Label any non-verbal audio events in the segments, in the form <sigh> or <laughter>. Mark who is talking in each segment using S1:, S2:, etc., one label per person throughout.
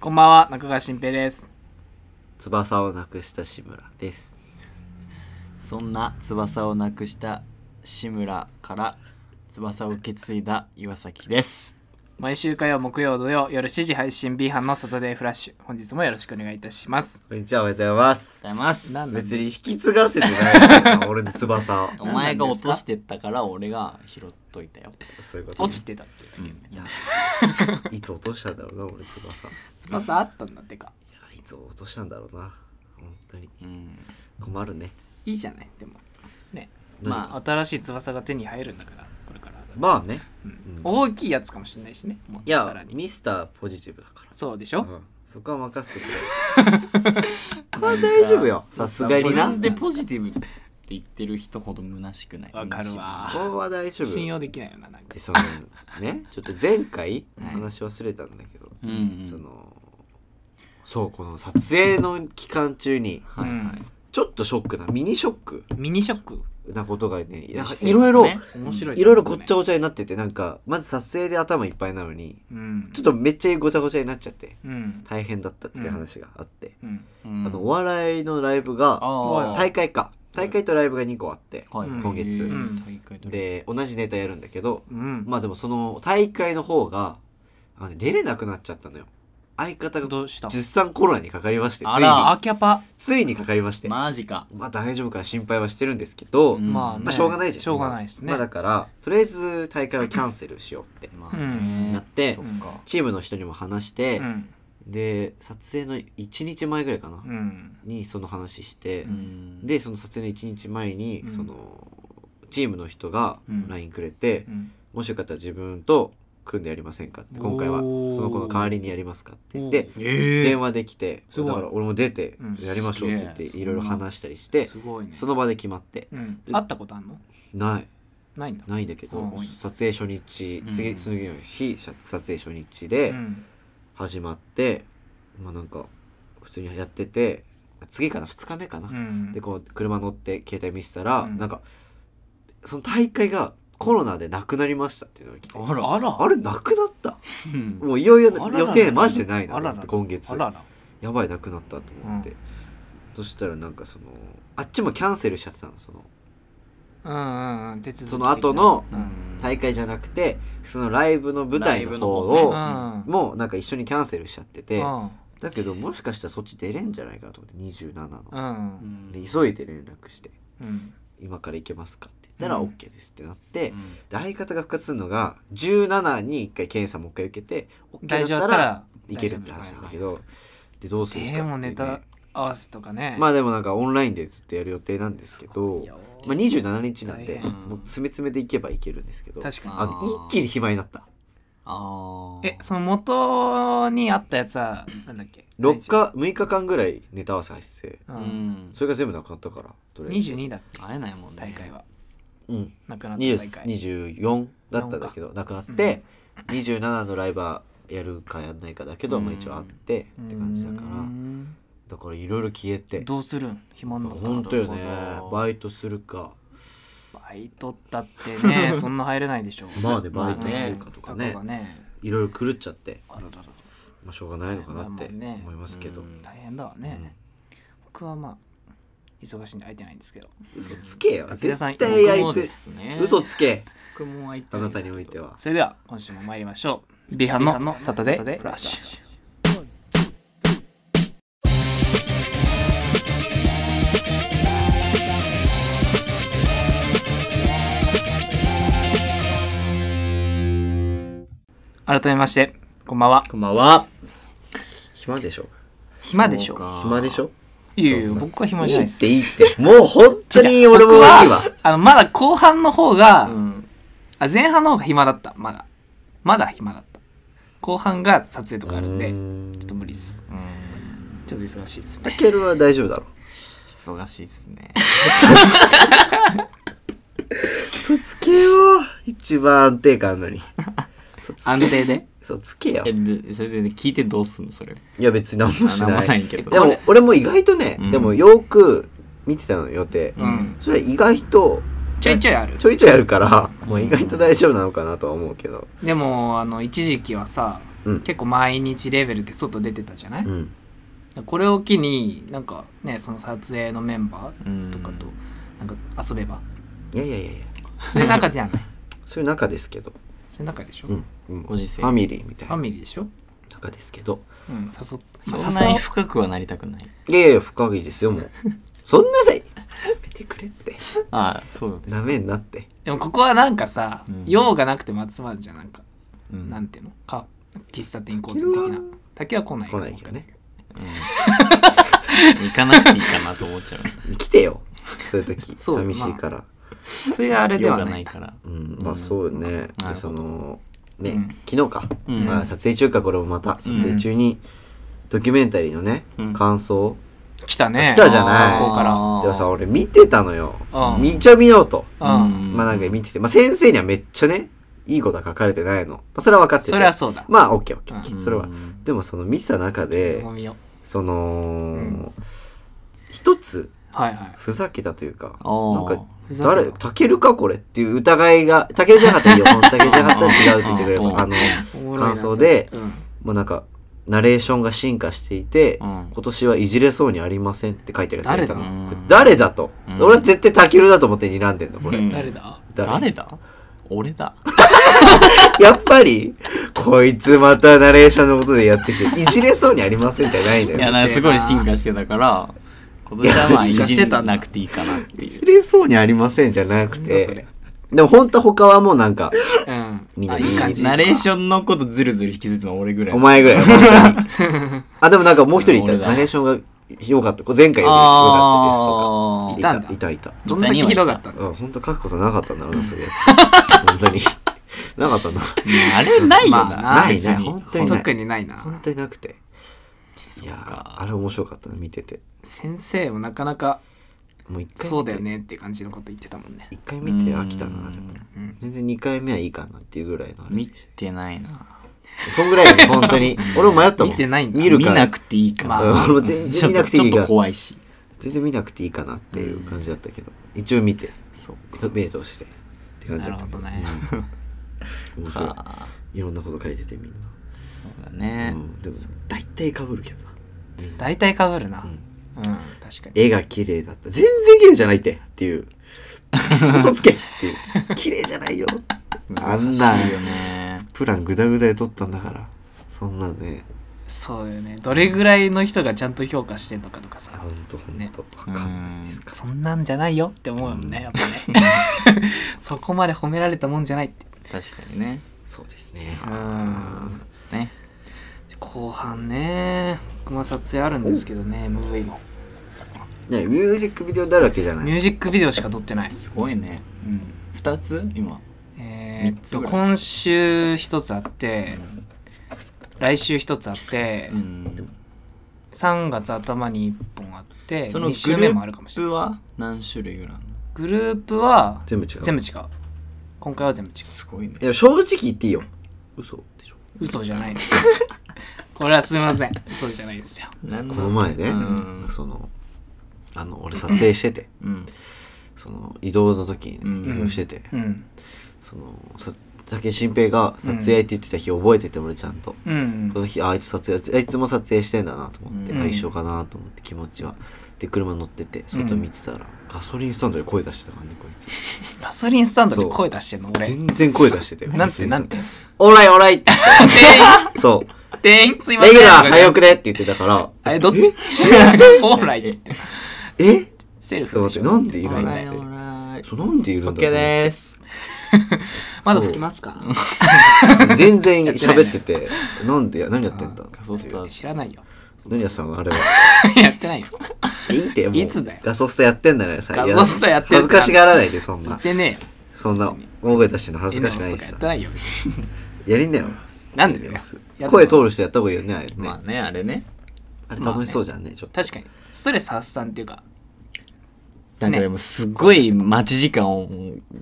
S1: こんばんは、中川新平です。
S2: 翼をなくした志村です
S3: そんな翼をなくした志村から翼を受け継いだ岩崎です。
S1: 毎週火曜、木曜、土曜、夜7時配信 B 班のサタデーフラッシュ。本日もよろしくお願いいたします。
S2: こんにちはおはようございます
S3: ございます。
S1: なんで
S2: 別に引き継がせてないからな俺の翼
S1: <laughs>
S2: を
S3: お前が落としてったから俺が拾っといたよ。
S2: そういうこと
S1: 落ちてたっていうだけね。
S2: いやいつ落としたんだろうな俺翼い
S1: 翼あったんだってか。
S2: やいつ落としたんだろうな本当に
S3: うん。
S2: 困るね
S1: いいじゃない、でも。ね。
S2: ま
S1: まあ、新しい翼が手に入るんだから、これから。
S2: まあね
S1: うん
S2: ん
S1: 大きいやつかもしれないしね。もっとい
S2: いや
S1: に。
S2: ミスターポジティブだか
S1: そうでし
S2: ら、
S1: ょ、
S2: うん、そこは任せてくれこれは大丈夫よさすがに
S3: 自
S2: な
S3: 分でポジティブって言ってる人ほど虚しくない。
S1: わかるわ
S2: ここは大丈夫
S1: 信用できないよな、なんか
S2: で。そのねちょっと前回
S3: はい
S2: 話忘れたんだけど、
S3: 虚しい。うん、うん。
S2: そのそうこの撮影の期間中に
S3: はいはい。
S2: ちょっとショックなミニショック
S1: ミニショック。
S2: なことがねいや
S3: 施設
S2: いろいろ、
S3: ね
S1: 面白い、
S2: いろいろごっちゃ
S1: ゃ。
S2: ごちゃになっててなんかまず撮影で頭いっぱいなのに
S1: うん
S2: ちょっ。とめっちゃごちゃごちゃになっちゃって
S1: うん。
S2: 大変だったっていう話があって、
S1: うん。
S3: うん
S2: あのお笑いのライブが
S3: あー
S2: 大会か大会とライブが2個あって、
S3: はい
S1: 今
S2: 月
S3: うん大会と
S2: で同じネタやるんだけど
S1: うん。
S2: まあでもその大会の方があのね出れなくなっちゃったのよ相方が
S1: どうした
S2: 絶賛コロナにかかりましてつ
S3: あ
S2: いに
S3: ら
S1: あ、キャパ。
S2: ついにかかりましてま
S3: マジか。
S2: あ大丈夫か心配はしてるんですけど、
S3: うん
S1: まあね、
S2: まあしょうがないじゃん
S1: しょうがないですね。
S2: まあだからとりあえず大会はキャンセルしようって
S3: ま
S1: うん
S2: なって
S3: そっか。
S2: チームの人にも話して、
S1: うん。
S2: で撮影の1日前ぐらいかな、
S1: うん。
S2: にその話して、
S3: うん、
S2: でその撮影の1日前に、
S1: うん
S2: そのチームの人が
S1: うん
S2: LINE くれて、
S1: うん
S2: もしよかったら自分と組んでやりませんかって今回は
S1: おー
S2: その子の代わりにやりますかって言っ
S1: お
S2: て
S1: ー
S3: え
S2: 電話できて
S1: す
S2: だ
S1: ごい
S2: から俺も出て
S1: うん
S2: やりましょうって言って
S3: すげえ
S2: いろいろ話したりして
S1: すごいね。
S2: その場で決まって
S1: うん。会ったことあんの
S2: ない
S1: ないんだ。
S2: ないんだけ
S1: す
S2: ど
S1: ごい
S2: 撮影初日
S3: うん
S2: 次次の日撮影初日
S1: う
S2: で
S1: ん。
S2: 始まってまあなんか普通にやってて次かな2日目かな
S1: うん
S2: でこう車乗って携帯見せたら
S1: うん
S2: なんかその大会がコロナでなくなりましたっていうのが来て
S3: あら。
S1: あら。
S2: あれなくなった
S3: うん
S2: もういよいよ
S1: あららら
S2: 予定マジでないな
S1: あら
S2: と思
S1: ら
S2: っ
S1: ら
S2: て今月
S1: あらら。
S2: やばいなくなったと思って、そしたらなんかそのあっちもキャンセルしちゃってたのその
S1: うんうんうん。手続き的
S2: そ
S1: な
S2: の後の
S3: うん
S2: 大会じゃなくてそのライブの舞台の方
S3: ライ
S2: を
S3: ブの
S1: うん。
S2: もうなんか一緒にキャンセルしちゃってて
S1: うん
S2: だけどもしかしたらそっち出れんじゃないかなと思って27の
S1: う。
S3: うんん
S2: で急いで連絡して
S1: うん。
S2: 「今から行けますか?」って言ったら
S1: う
S2: 「
S1: ん
S2: OK です」ってなって、
S3: うん
S2: で相方が復活するのが17に一回検査もう一回受けて OK だ
S1: 大
S2: った
S1: 丈夫だった
S2: ら
S1: ら
S2: いけるって話なんだけどでどうするかってい
S1: で
S2: うね
S1: もネタ合わせとかね。
S2: まあでもなんかオンラインでずっとやる予定なんですけど、まあ、27日なんで
S1: 大変
S2: もう詰め詰めでいけばいけるんですけど
S1: 確か
S2: あの
S3: あー
S2: 一気に暇になった
S3: ああ。
S1: に。え、その元にあったやつは、なんだっけ
S2: 6日6日間ぐらいネタ合わせ入ってて
S1: う。
S3: うんん。
S2: それが全部なくなったからとりあえず
S1: 22だっけ
S3: 会えないもんね。
S1: 大会は。
S2: うん
S1: なくなった大
S2: 20
S1: 会。
S2: 24だったんだけどなくなって、27のライバーやるかやんないかだけど、
S3: うん
S2: まあ一応あってって感じだか
S1: う
S2: ら
S1: ん
S2: だからいろいろ消えて
S1: どうするん暇になったら
S2: 本当よね
S3: なるほど
S2: バイトするか
S1: バイトったって <laughs> ねそんな入れないでしょ
S2: まあでバ
S3: イトする
S2: かとかね
S1: とかね
S2: いろいろ狂っちゃって、
S1: あららら
S2: まあ、しょうがないのかなっ
S1: まあ
S2: て
S1: ね
S2: 思いますけど、
S3: うん
S1: 大変だわね、僕はまあ忙しいんで空いてないんですけど
S2: 嘘つけよ
S1: 達也
S2: 絶
S1: さん
S2: 対相
S3: 僕も
S2: 手、
S3: ですね
S2: 嘘つけ
S3: 僕も会いた
S2: あ
S3: い
S2: なたにおいては
S1: それでは今週も参りましょうビハのサタデーフラッシュ改めましてこんばんは
S3: こんばんは。
S2: 暇でしょ
S1: 暇でしょ
S3: そうか
S2: 暇でしょ
S1: いやいや僕は暇
S2: い
S1: じゃないい
S2: っ
S1: です
S2: ていいってもう本当に俺もいい
S1: 僕
S2: わ
S1: はあのまだ後半の方が、
S3: うん。
S1: あ前半の方が暇だったまだまだ暇だった後半が撮影とかあるんで
S2: う
S1: ちょ
S2: ーん
S1: っと無理っすちょっと忙しいっす
S2: た
S1: ね
S2: けるは大丈夫だろ
S3: 忙しいですね。
S2: 嘘つけよ一番安定感あんのに嘘つけ
S1: 安定
S2: <laughs>
S1: で
S2: 嘘つけよ
S3: <laughs> え、で、それでね、聞いてどうすんのそれ。
S2: いや別に何もし
S3: あ
S2: な
S3: なん
S2: い
S3: もないけど
S2: でも俺も意外とね、
S3: うん
S2: でもよく見てたの予定、
S1: うん
S2: それ意外と
S1: ちょいちょいある
S2: ちょいちょいやるから、もう意外と大丈夫なのかなとは思うけど
S1: でもあの一時期はさ、
S2: うん
S1: 結構毎日レベルで外出てたじゃない、
S2: うん
S1: これを機になんかねその撮影のメンバ
S3: う
S1: ー
S3: ん
S1: とかとなんか遊べば
S2: いやいやいやいや
S1: そういう中じゃない
S2: <laughs> そういう中ですけど、
S1: そういう中でしょ、
S2: うんうん、
S3: ご時世
S2: ファミリーみたい
S1: ファ
S2: な
S1: ミリーでしょ、
S2: 中ですけど
S1: うん、誘っ
S3: そんなに
S1: 誘
S3: 深くはなりたくない
S2: いやいや深いですよもうそんなさやめてくれって
S3: ああそうです、
S2: なめんなって
S1: でもここはなんかさ、
S3: うん
S1: 用がなくても集まるじゃんなんか、
S3: うん
S1: なんていうのか喫茶店行こうぜ的な竹は来ない
S2: 来ないけどね
S3: うん行かなくていいかなと思っち <laughs> ゃう
S2: 来てよそういう時
S1: そう
S2: 寂しいから、
S1: そういうあれで
S3: 用
S1: は
S3: が
S1: な
S3: ないいから
S2: うんまあそうね、
S3: ほど
S2: でそのね、
S1: うん
S2: 昨日か、
S3: うん
S2: まあ、撮影中かこれもまた撮影中にドキュメンタリーのね、
S3: うん
S2: 感想
S1: 来たね
S2: 来たじゃない
S1: ここから
S3: あー
S2: でもさ俺見てたのよ
S1: うん
S2: 見ちゃ見ようと、
S1: うん、
S3: うん
S2: まあなんか見てて、まあ、先生にはめっちゃねいいことは書かれてないの、まあ、それは分かってて
S1: それはそうだ、
S2: まあ OKOK、
S3: うん
S2: それはでもその見てた中で
S1: もみよ
S2: その、
S1: ん
S2: 一つ
S1: はいはい
S2: ふざけたというか
S3: あー
S2: なんか
S1: ふざけた
S2: 誰たけるかこれっていう疑いがたけるじゃなかったら
S3: <laughs>
S2: いいよたけるじゃなかったら違うって言ってくれれ
S3: うん
S2: ばあの
S1: おもろいな
S2: 感想で
S1: それうん
S2: もうなんかナレーションが進化していて、
S3: うん
S2: 今年はいじれそうにありませんって書いてるやつがいたの
S1: 誰
S3: だ
S2: これ誰だと、
S3: うん
S2: 俺は絶対たけるだと思って睨んでんのこれ、
S3: うん
S1: 誰だ
S3: 誰だ俺だ
S2: やっぱりこいつまたナレーションのことでやってきていじれそうにありませんじゃないの
S3: い
S2: よ
S3: やなんかすごい進化してたから今年はまあいじんなくていいかなって
S2: い
S3: い
S2: じ
S3: う
S2: れそうにありませんじゃなく
S1: なんだそ
S2: て
S1: れ
S2: でも本当は他はもうなん
S1: <laughs>
S2: か
S1: うん
S2: みんな
S1: あいい感じ
S3: ナレーションのことずるずる引きずってたの俺ぐらい
S2: お前
S1: <laughs>
S2: ぐらい本当にあでもなんかもう一人いた
S3: 俺だ
S2: ナレーションが良かったこれ前回より良か
S3: あ
S2: ったです
S1: い
S2: と
S1: た
S2: か
S1: んだ
S2: いたいたい
S1: どんだけひどかったの
S2: たうん本当書くことなかったんだろう
S1: <laughs>
S2: なそういうやつ本当になかったな
S3: ーあれないよな,、
S1: まあな
S2: ない
S3: 別に
S2: ね本当にない
S1: 特にない
S2: 本
S1: な
S2: 当になくていやーあれ面白かったな見てて
S1: 先生もなかなか
S2: もう一回見て
S1: そうだよねって感じのこと言ってたもんね
S2: 一回見て飽きたなあれも
S1: うん
S2: 全然二回目はいいかなっていうぐらいのあれ
S3: 見
S2: でした
S3: てないな
S2: そんぐらいよね
S1: <laughs>
S2: 本当に俺も迷ったもん
S1: 見てないんだ
S2: 見るか
S3: 見なくていいかな、
S1: まあ
S2: うん俺も全然見なくていい
S3: ちょ
S2: か
S3: っと
S2: ら
S3: 怖いし
S2: 全然見なくていいかなっていう感じだったけど一応見て
S3: そう
S2: 目通してって感じだったけど
S1: なる
S2: ほどね、 <laughs> うん面白
S3: か
S2: いいろんなこと書いててみん
S3: そうだ
S2: な、
S3: ね、
S2: うん、でも大体かぶるけどな
S1: 大体かぶるな
S2: う
S1: うんん確かに
S2: 絵が綺麗だった全然綺麗じゃないってっていう <laughs> 嘘つけっていう綺麗じゃないよあん
S3: 難しい
S2: な
S3: よね
S2: プラングダグダで撮ったんだからそんなね
S1: そうだよねどれぐらいの人がちゃんと評価してんのかとかさ
S2: ほんとほんと分かんないですか
S1: そんなんじゃないよって思うもんねやっぱね <laughs> そこまで褒められたもんじゃないって
S3: 確かにね
S2: そうですね
S1: うん
S3: ね
S1: 後半ね僕も撮影あるんですけどね MV の
S2: ねミュージックビデオだらけじゃな
S1: ミ
S2: い
S1: ュージックビデオしか撮ってない
S3: すごいね
S1: うん
S3: 2つ今
S1: えー
S3: 三
S1: っ
S3: つ
S1: と
S3: ぐらい
S1: 今週一つあって、来週一つあって、
S3: うん
S1: 3月頭に1本あって
S3: その
S1: 2
S3: グ
S1: 週
S3: ル
S1: 目もあるかも
S3: ー
S1: しれ
S3: プ
S1: ない
S3: は何種類ぐらいあるの
S1: グループは
S2: 全部違う
S1: 全部違う今回は全部違う
S3: すごいね
S2: いや正直言っていいよ嘘でしょ
S1: 嘘じゃないです <laughs> これはすいません嘘じゃないですよ
S3: なんだ
S2: この前ね、
S3: うん
S2: そのあの俺撮影してて
S3: うん
S2: その移動の時にね、
S3: うん
S2: 移動してて、
S1: うん
S2: そのさ武井新平が撮影って言ってた日覚えてて、俺ちゃんと、
S1: うん
S2: この日ああいつ撮影あいつも撮影してんだなと思って、
S3: うん
S2: あ一緒かなと思って気持ちはで車乗ってて外見てたら、ガソリンスタンドで声出してたからねこいつ
S1: ガソリンスタンドで声出してんの俺
S2: 全然声出してて
S1: なんてなんて
S2: オーライオーライって言っ
S1: 店員
S2: てそう
S1: 店員すいませ
S2: レ
S1: ん
S2: ギュラー早くねって言ってたから
S1: あれどっち <laughs> オーライって言って
S2: え
S1: セルフ
S2: と思
S1: で
S2: って
S1: しょ
S2: なんでいる
S1: オー
S2: ん
S1: ライ
S2: だ
S1: オ
S2: っ
S1: ー
S2: て
S1: ライ
S2: そうなんでいるんだろうね
S3: ーす
S1: まだ吹きますか
S2: 全然喋ってて、なんでや、何やってんだ
S3: ガソスターズ
S1: 知らないよ <laughs>
S2: 何やさんはあれは。
S1: やってないよ
S2: いいって、もう。
S1: いつだよ
S2: ガソスタやってんだね、さ
S1: ガソスタやってんだ
S2: 恥ずかしがらないで、そん
S1: 言っ
S2: な。
S1: てね
S2: そんな、大声出してんの恥ずかしくない
S1: と
S2: し
S1: かや
S2: さ
S1: っ。てないよ
S2: やりなよ。
S1: なんでだよやだ
S2: 声通る人やった方がいいよね、あれね。
S3: まあねあれね
S2: あれ楽しそうじゃんね、ちょっと。
S1: 確かにストレス発散っていうか
S3: なんかでもすごい待ち時間を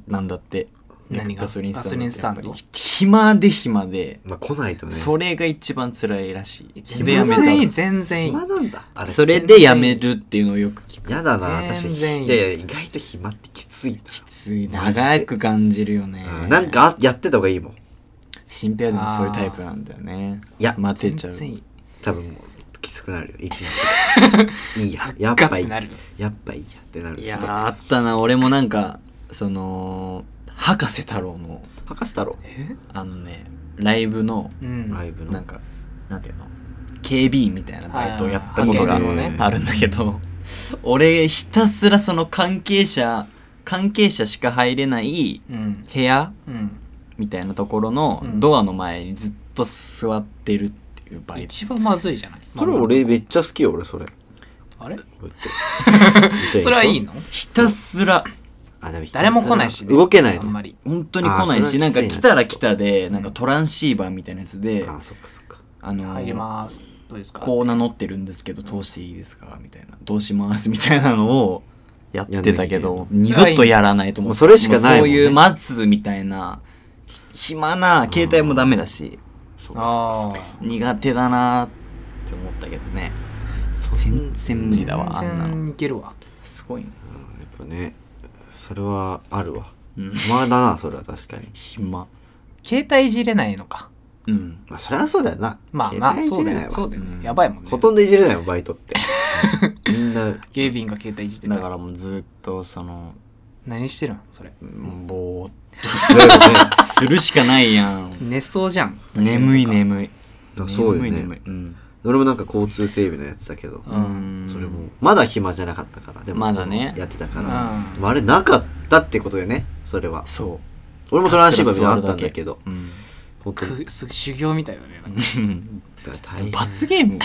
S3: なんだって
S1: 何が
S3: ガソリンスタンド
S1: ガソリンスタンド
S3: やっぱり暇で暇で
S2: まあ来ないとね。
S3: それが一番辛いらしい
S1: 全
S3: でやめ
S1: 然いい
S3: た
S1: 全然いい
S2: 暇なんだ、あれ。
S3: それでやめるっていうのをよく聞く
S2: やだな、私。
S1: 全然い
S2: い
S1: い
S2: やいや、意外と暇ってきついな。
S3: きつい
S2: マジで
S3: 長く感じるよね
S2: うんなんかあやってた方がいいもん。
S3: 新平でもそういうタイプなんだよね
S2: いや
S3: 混ぜちゃう
S1: 全然いい
S2: 多分もうきつくなるよ一日
S1: <laughs>
S2: でいいややっ
S1: ガ
S2: ぱ
S1: ッ
S2: い
S1: て
S2: い
S1: なる
S2: やっぱいいやってなる
S3: いやーあったな俺もなんかその博士太郎の
S2: 博士太郎
S1: え
S3: あのねライブの
S1: うん
S2: ライブの
S3: なんかなんていうの警備員みたいなバイトをやったことが
S2: あー派遣のね
S3: あるんだけど <laughs> 俺ひたすらその関係者関係者しか入れない
S1: うん
S3: 部屋
S1: うん
S3: みたいなところの
S1: うん
S3: ドアの前にずっと座ってるっていうバイト
S1: 一番まずいじゃない
S2: それ俺めっちゃ好きよ俺それこ
S1: あれ
S2: うやっ
S1: <laughs>
S2: て
S1: それはいいの
S3: ひたすら
S2: あでもひたす
S1: 誰
S2: ら
S1: も来ないしね
S2: 動けない
S1: あ
S2: と
S1: んまり
S3: 本当に来ないし
S2: あ
S3: な
S2: ー
S3: ん
S2: そ
S3: か
S2: れはきついな
S3: 来たら来たでなんかトランシーバーみたいなやつで
S2: あそっかそっか
S3: あのー
S1: 入りますどうですか
S3: こう名乗ってるんですけど通していいですかみたいなどうしますみたいなのをやってたけど二度とやらないと思う
S2: もうそれしかないもんね
S3: うそういう待つみたいなひ暇な携帯もダメだし
S2: そ
S1: あ
S3: 苦手だなって思ったけどね全然無理だわ
S1: あ
S3: あんな
S1: 全
S3: の
S1: 然いけるわ
S3: すごいな、
S2: やっぱねそれはあるわ
S3: うん、
S2: 暇だなそれは確かに
S3: 暇
S1: 携帯いじれないのか
S3: うん
S2: まあそれはそうだよな
S1: まあまあ
S2: 携
S1: そ
S2: 帯
S1: う
S2: いじ
S1: だよ
S2: れない
S1: ね
S2: わ
S1: そうだよね
S3: うん
S1: やばいもんね
S2: ほとんどいじれないよバイ
S1: <laughs>
S2: トってみんな
S1: 警備員が携帯いじって
S3: だ
S1: た
S3: かららもうずっとその
S1: 何してるんそれ
S3: ぼーっ
S2: そうよね
S3: とするしかないやん
S2: <laughs>
S1: 寝そうじゃん
S3: 眠い眠い
S2: あそうよね
S3: 眠い眠い
S2: 俺もなんか交通整備のやつだけど、
S1: う
S3: うんん
S2: それもまだ暇じゃなかったからでも
S3: まだね
S2: やってたか
S1: う
S2: ら、
S1: ん
S2: でもあれなかったってことよねそれは
S3: そう
S2: 俺もトランシーバーみたいなのあったんだけど
S3: う
S2: 本当に
S1: くす修行みたいだねなんか
S3: ん、
S2: 大 <laughs> 変
S3: 罰ゲームみ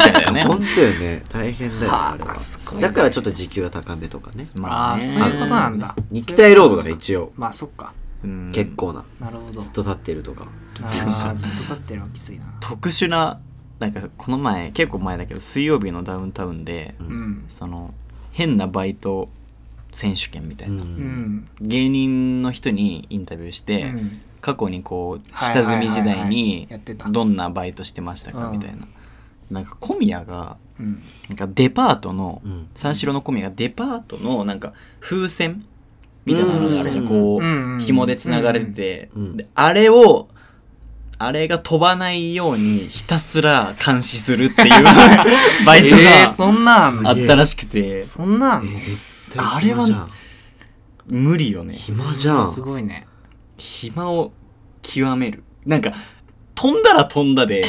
S3: たいだよね。
S2: 本当よね大変だよね
S1: はあ
S2: あれは
S1: すごい
S2: だからちょっと時給が高めとかね
S1: ああ
S3: ね
S1: そういうことなんだ
S2: 肉体労働だから一応
S1: まあそっか
S3: うん
S2: 結構な
S1: なるほど
S2: ずっと立ってるとか
S1: あーずっと立ってるのきついな
S3: 特殊ななんかこの前結構前だけど水曜日のダウンタウンで、
S2: う
S1: うん
S3: その変なバイト選手権みたいな、
S1: う、ん
S3: 芸人の人にインタビューして、
S1: うん
S3: 過去にこう
S1: はいはい
S3: 下
S1: はい
S3: 積
S1: はい
S3: み時代に
S1: やってた
S3: どんなバイトしてましたかみたいな、なんか小宮が
S1: うん
S3: なんかデパートの、
S2: うん
S3: 三四郎の小宮がデパートのなんか風船みたいなのがあるじゃん
S2: うん
S3: こ
S1: うんうん
S3: う紐でつながれてて、
S2: うん
S3: であれをあれが飛ばないようにひたすら監視するって
S2: <laughs>
S3: いうバイト
S1: えー
S3: が
S1: そんなん
S3: あったらしくて
S1: そんなん
S2: えー絶対
S3: あれは
S2: 暇じゃん
S3: 無理よね
S2: 暇じゃん
S1: すごいね
S3: 暇を極めるなんか飛んだら飛んだで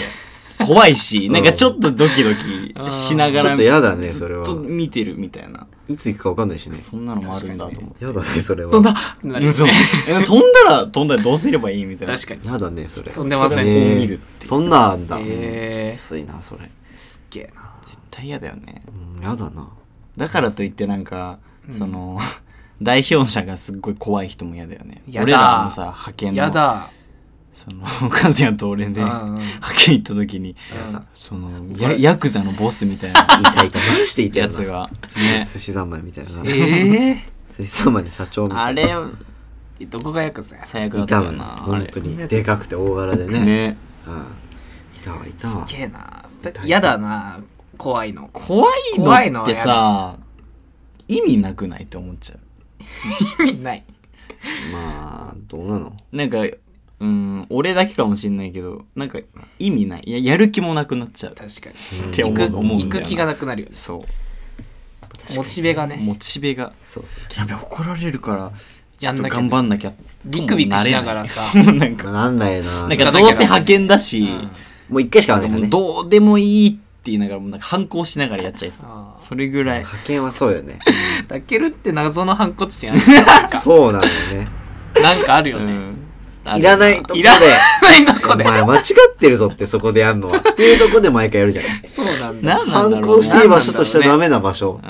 S3: 怖いし、なんかちょっとドキドキしなが
S2: ちょ
S3: ら
S2: っと嫌だねそれは
S3: ずっと見てるみたいない
S2: つ行くか分かんないしね
S3: そんなのもあるんだと思って
S2: やだねそれは
S1: 飛んだってなる
S3: うん
S1: よ <laughs>
S3: そう
S1: ね
S3: え飛んだら飛んだらどうすればいいみたいな
S1: 確かに
S2: やだねそれ
S1: 飛んでません
S2: それ
S3: 本見るっていう
S2: そんなんあんだ、
S1: へー
S2: きついなそれ、
S1: すっげえな
S3: 絶対嫌だよね
S2: うん、やだな
S3: だからといってなんか、
S1: うん
S3: その <laughs> 代表者がすっごい怖い人も嫌だよね
S1: やだ
S3: 俺らもさ派遣の
S1: やだ
S3: その和也と俺で
S1: うんう
S3: 派 <laughs>
S1: ん
S3: 遣行った時に
S1: やだ
S3: そのやヤクザのボスみた
S1: <laughs>
S3: いな
S2: 痛い痛いマジで痛い
S3: や
S2: な
S3: つが
S2: 寿
S3: ね
S2: 寿司三昧みたいな寿
S1: <laughs> ええ
S2: 司三昧の社長みた
S3: あ
S2: い
S3: れ
S1: <laughs> どこがヤクザや
S3: 最悪だ
S2: な
S3: っ
S2: い
S3: た
S2: た
S3: よ
S2: の
S3: なあ
S2: 本
S3: れ
S2: 当にでかくて大柄でね
S3: ね
S2: うんいたわいた
S1: すっ
S2: わ
S1: げえなやだな怖いの
S3: 怖
S1: 怖い
S3: い
S1: の
S3: のっ
S1: は
S3: て
S1: 嫌だ
S3: さ意味なくないって思っちゃう
S1: 意味ない
S2: まあどうなの
S3: なんか、うん、俺だけかもしんないけど、なんか意味ない。いや、やる気もなくなっちゃう。
S1: 確かに
S3: って思う
S1: 行く
S3: 思うん
S1: 行
S3: だよな
S1: く気がなくなるよね
S3: そう。
S1: モチベがね
S3: モチベが。
S2: そうそう
S3: やべ、怒られるから、ちょ
S1: や
S3: っ
S1: ん
S3: と
S1: なきゃ
S3: 頑張んなきゃ。
S1: ビクビクしながらさ
S3: ともなれないもうなんか、
S2: なんないな
S3: なんかどうせ派遣だし、
S1: うん
S2: もう一回しか会わないか
S3: も
S2: ら
S3: う
S2: ね
S3: どうでもいいって言いながら、もうなんか反抗しながらやっちゃいそ
S1: <laughs>
S3: う。
S1: あー
S3: それぐらい。
S2: 派遣はそうよね
S1: 抱けるって謎の反骨
S3: <laughs>
S1: 心あ
S2: そうなのよね
S1: るなんかあるよ
S3: う
S1: ね
S3: ん
S2: いらないとこ
S1: い
S2: で
S1: らないとこ
S2: お
S1: で
S2: 前間違ってるぞってそこでやるのはっていうとこで毎回やるじゃない
S1: そうなんだ
S3: なんなんだ
S2: 反
S3: ろう
S2: 抗していい
S3: な。
S2: 場所としちゃダメな場所
S3: う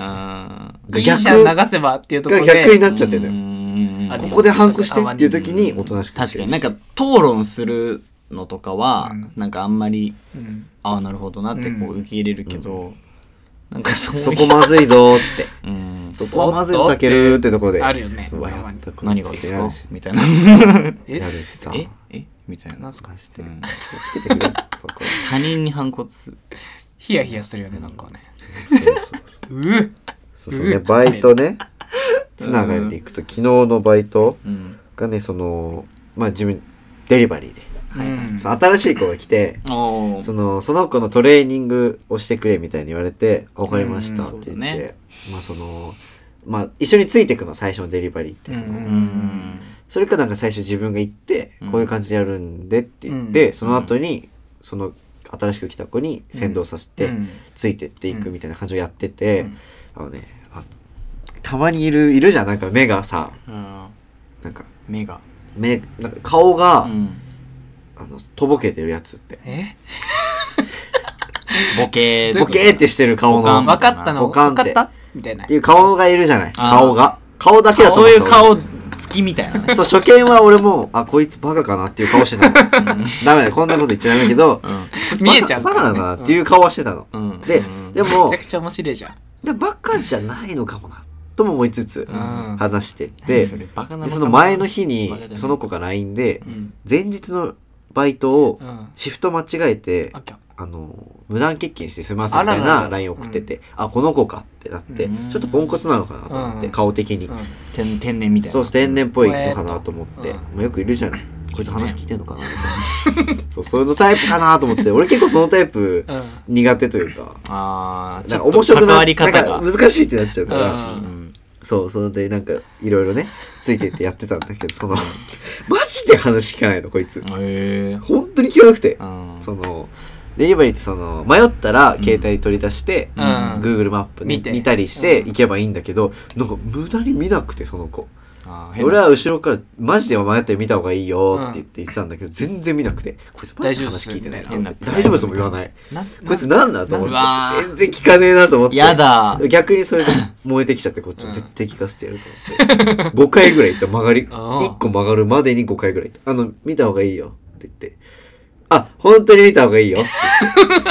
S3: ん。
S1: いいじゃん流せばっていうところで
S2: 逆になっちゃってんだ
S3: う
S2: よ
S3: ん
S1: あ
S2: ここで反抗してっていう時におとなしく
S3: 確かになん
S2: ん
S3: か討論するのとかは、
S1: うん
S3: なんかあんまり
S1: うん
S3: ああなるほどなってこ
S1: う
S3: うん受け入れるけど、なんかそういう
S2: そこまずいぞーって
S3: うん、
S2: そこはまずいぞたけるってとこで
S1: あるよね
S2: うわやったこいつ
S3: 何がです
S2: や
S3: か
S2: るし
S3: みたいな
S1: え
S2: やるしさ
S3: ええみたい
S1: な
S3: なん
S1: すか
S2: マジで
S3: うん
S2: つけてくれそこ
S3: 他人に反骨そう
S1: ヒヤヒヤするよねなんかねうう
S2: そう <laughs> そうねバイトねつながりでいくと昨日のバイト
S3: ん
S2: がねそのまあ自分デリバリーで
S3: はいはい
S1: うん
S2: その新しい子が来て、
S3: おお
S2: その、その子のトレーニングをしてくれみたいに言われて、わかりまし
S3: う
S2: た
S3: ん
S2: って
S3: そうだ
S2: 言っ
S3: ね
S2: て、まあその、まあ一緒についてくの、最初のデリバリーって。その
S1: うん
S3: うん
S2: それかなんか最初自分が行って
S3: うん、
S2: こういう感じでやるんでって言って、
S1: うん
S2: その後に、その新しく来た子に先導させて、
S1: うん
S2: ついてっていくみたいな感じをやってて、
S1: うん
S2: あのね、あのたまにいる、いるじゃん、なんか目がさ、
S3: うん
S2: なんか、
S3: 目が
S2: 目、なんか顔が、
S3: うん
S2: あの、とぼけてるやつって。
S1: え
S3: ボケ
S2: ボケーってしてる顔
S3: ボカ
S2: の。
S3: ン
S1: 分かったの
S2: ボカン
S1: 分
S2: って
S1: かったみたいな
S2: っていう顔がいるじゃない。
S3: あー
S2: 顔が。顔だけは
S3: そういう
S2: も
S3: 顔好きみたいなね
S2: そう、初見は俺も、あ、こいつバカかなっていう <laughs> 顔してたの。ダメだよ、こんなこと言っちゃダメだけど、こいつバカ
S1: 見えちゃう
S2: バカなのかなっていう顔はしてたの。
S3: うんうん
S2: で
S3: うん、
S2: でも
S1: めちゃ、くちゃ面白いじゃん
S2: でバカじゃないのかもな、とも思いつつ、
S1: ん
S2: 話してっ
S3: 何
S2: て、
S3: それバカな
S2: でその前の日
S3: バカじゃな
S2: に、
S3: い
S2: その子が LINE で
S1: う、ん
S2: 前日のバイトを
S1: う、ん
S2: シフト間違えて
S1: あ、きゃ
S2: あの、無断欠勤してすみませんみたい
S1: あらら
S2: な
S1: ら
S2: LINE 送ってて、あ、この子かってなって
S3: うん、
S2: ちょっとポンコツなのかなと思って、
S1: うん
S2: 顔的に。
S3: 天天然みたいな
S2: そう、天然っぽいのかなと思って、
S1: うん
S2: まあ、よくいるじゃない。こいつ話聞いてんのかなみたいな。 <laughs> そう、そういうのタイプかなと思って、俺結構そのタイプ
S1: うん
S2: 苦手というか、
S3: ああち
S2: なん
S3: ょ
S2: か
S3: っと
S2: 面白く
S3: 関
S2: な
S3: わ
S2: い
S3: り
S2: なん
S3: 方が
S2: か難しいってなっちゃうから、
S1: うん
S3: うん
S2: そう、それでなんかいろいろね、ついてってやってたんだけど、その、 <laughs> マジで話聞かないの、こいつ。
S3: へえ
S2: 本当に聞かなくて。
S3: うん
S2: そのデリバリーってその迷ったら携帯取り出して、
S1: うん
S2: Google マップ、ね、
S1: 見
S2: 見
S1: て
S2: たりして行けばいいんだけど、なんか無駄に見なくてその子
S3: あー変な
S2: 俺は後ろからマジで迷ったら見た方がいいよって言って言ってたんだけど、全然見なくてこいつマジで話聞いてないなと思っ
S3: 大
S2: て
S3: 丈
S2: 大
S3: 夫
S2: 丈
S3: っ
S2: 夫ですす
S3: よ
S2: もん言わない
S1: な
S2: こいつなんだと思っ
S3: うわ
S2: て
S3: ー
S2: 全然聞かねえなと思って
S3: やだ
S2: 逆に
S3: <laughs>
S2: それで燃えてきちゃってこっち
S1: うん
S2: も絶対聞かせてやると思って5回ぐらい行った曲がり
S1: ああ
S2: 1個曲がるまでに5回ぐらい行ったあの見た方がいいよって言ってあ本当に見た方がいいよって
S3: <laughs>
S2: 言って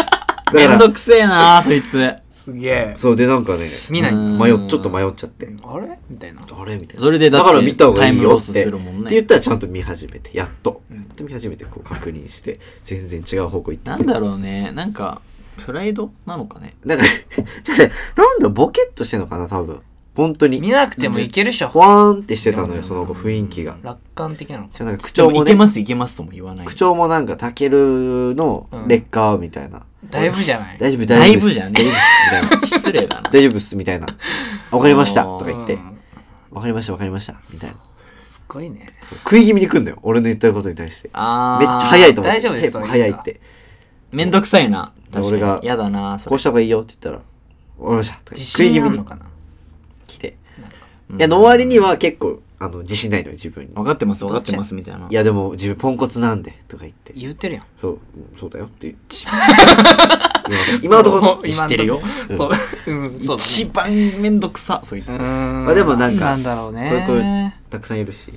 S3: め
S2: だ
S3: ん
S2: か
S3: どくせえなそいつ
S1: すげえ
S2: らそうでなんかね
S1: 見ない
S3: うん
S2: 迷っちょっと迷っちゃって
S1: あれみたいな
S2: あれみたいな
S3: それでだ
S2: だ
S3: って
S2: から見た方がいい
S3: タイム
S2: よ
S3: ロ
S2: っ
S3: ス
S2: て
S3: するもんね
S2: って言ったらちゃんと見始めてやっと
S1: うん
S2: やっと見始めてこう確認して全然違う方向行った
S3: なんだろうねなんかプライドなのかね
S2: なんか <laughs> ちょっとなんだボケっとしてんのかな多分本当に
S1: 見なくてもいけるっしょ
S2: ほわーんってしてたのよ、その雰囲気が。
S1: 楽観的なの
S2: しかもなんか口
S3: でも
S2: 調
S3: い
S2: も
S3: け
S2: ね、
S3: ますいけますとも言わない
S2: 口調もなんか、たけるの劣化みたいな。
S1: だいぶじゃない
S2: 大丈夫、大丈夫っ
S3: だいぶ
S2: す。
S3: じゃね。
S2: 大丈夫っす、みたいな
S3: 失礼だな
S2: 大丈夫っす、みたいな。 <laughs> わかりました、
S3: うん
S2: とか言って
S1: う。ん
S2: わかりました、わかりました、みたいな。
S1: すごいね
S2: そう食い気味に来んだよ、俺の言ったことに対して。
S3: あ
S2: めっちゃ早いと思っ
S1: 大
S2: て。
S1: 丈夫です
S2: テンポ早いって。
S3: めんどくさいな確かに
S2: 俺が
S3: やだなそ
S2: こ
S3: れ
S2: うした方がいいよって言ったら、わかりました。とか
S1: 自
S2: 食い気
S1: 信あ
S2: 味
S1: んの
S2: に
S1: かな
S2: 来て。
S3: うん
S2: いや、の割には結構、あの、自信ないのよ、自分に。
S3: 分かってます分かってますみたいない
S2: や、でも、自分ポンコツなんで、とか言って。
S1: 言ってるやん
S2: そう、うんそうだよって言って。
S1: <laughs>
S2: 今のところ、
S1: 今んとこ
S3: 知ってるよ
S1: そううんそうだね
S3: 一番めんどくさそいつ
S1: うーん
S2: まあでもなんか
S1: なんだろうね
S2: これこれたくさんいるし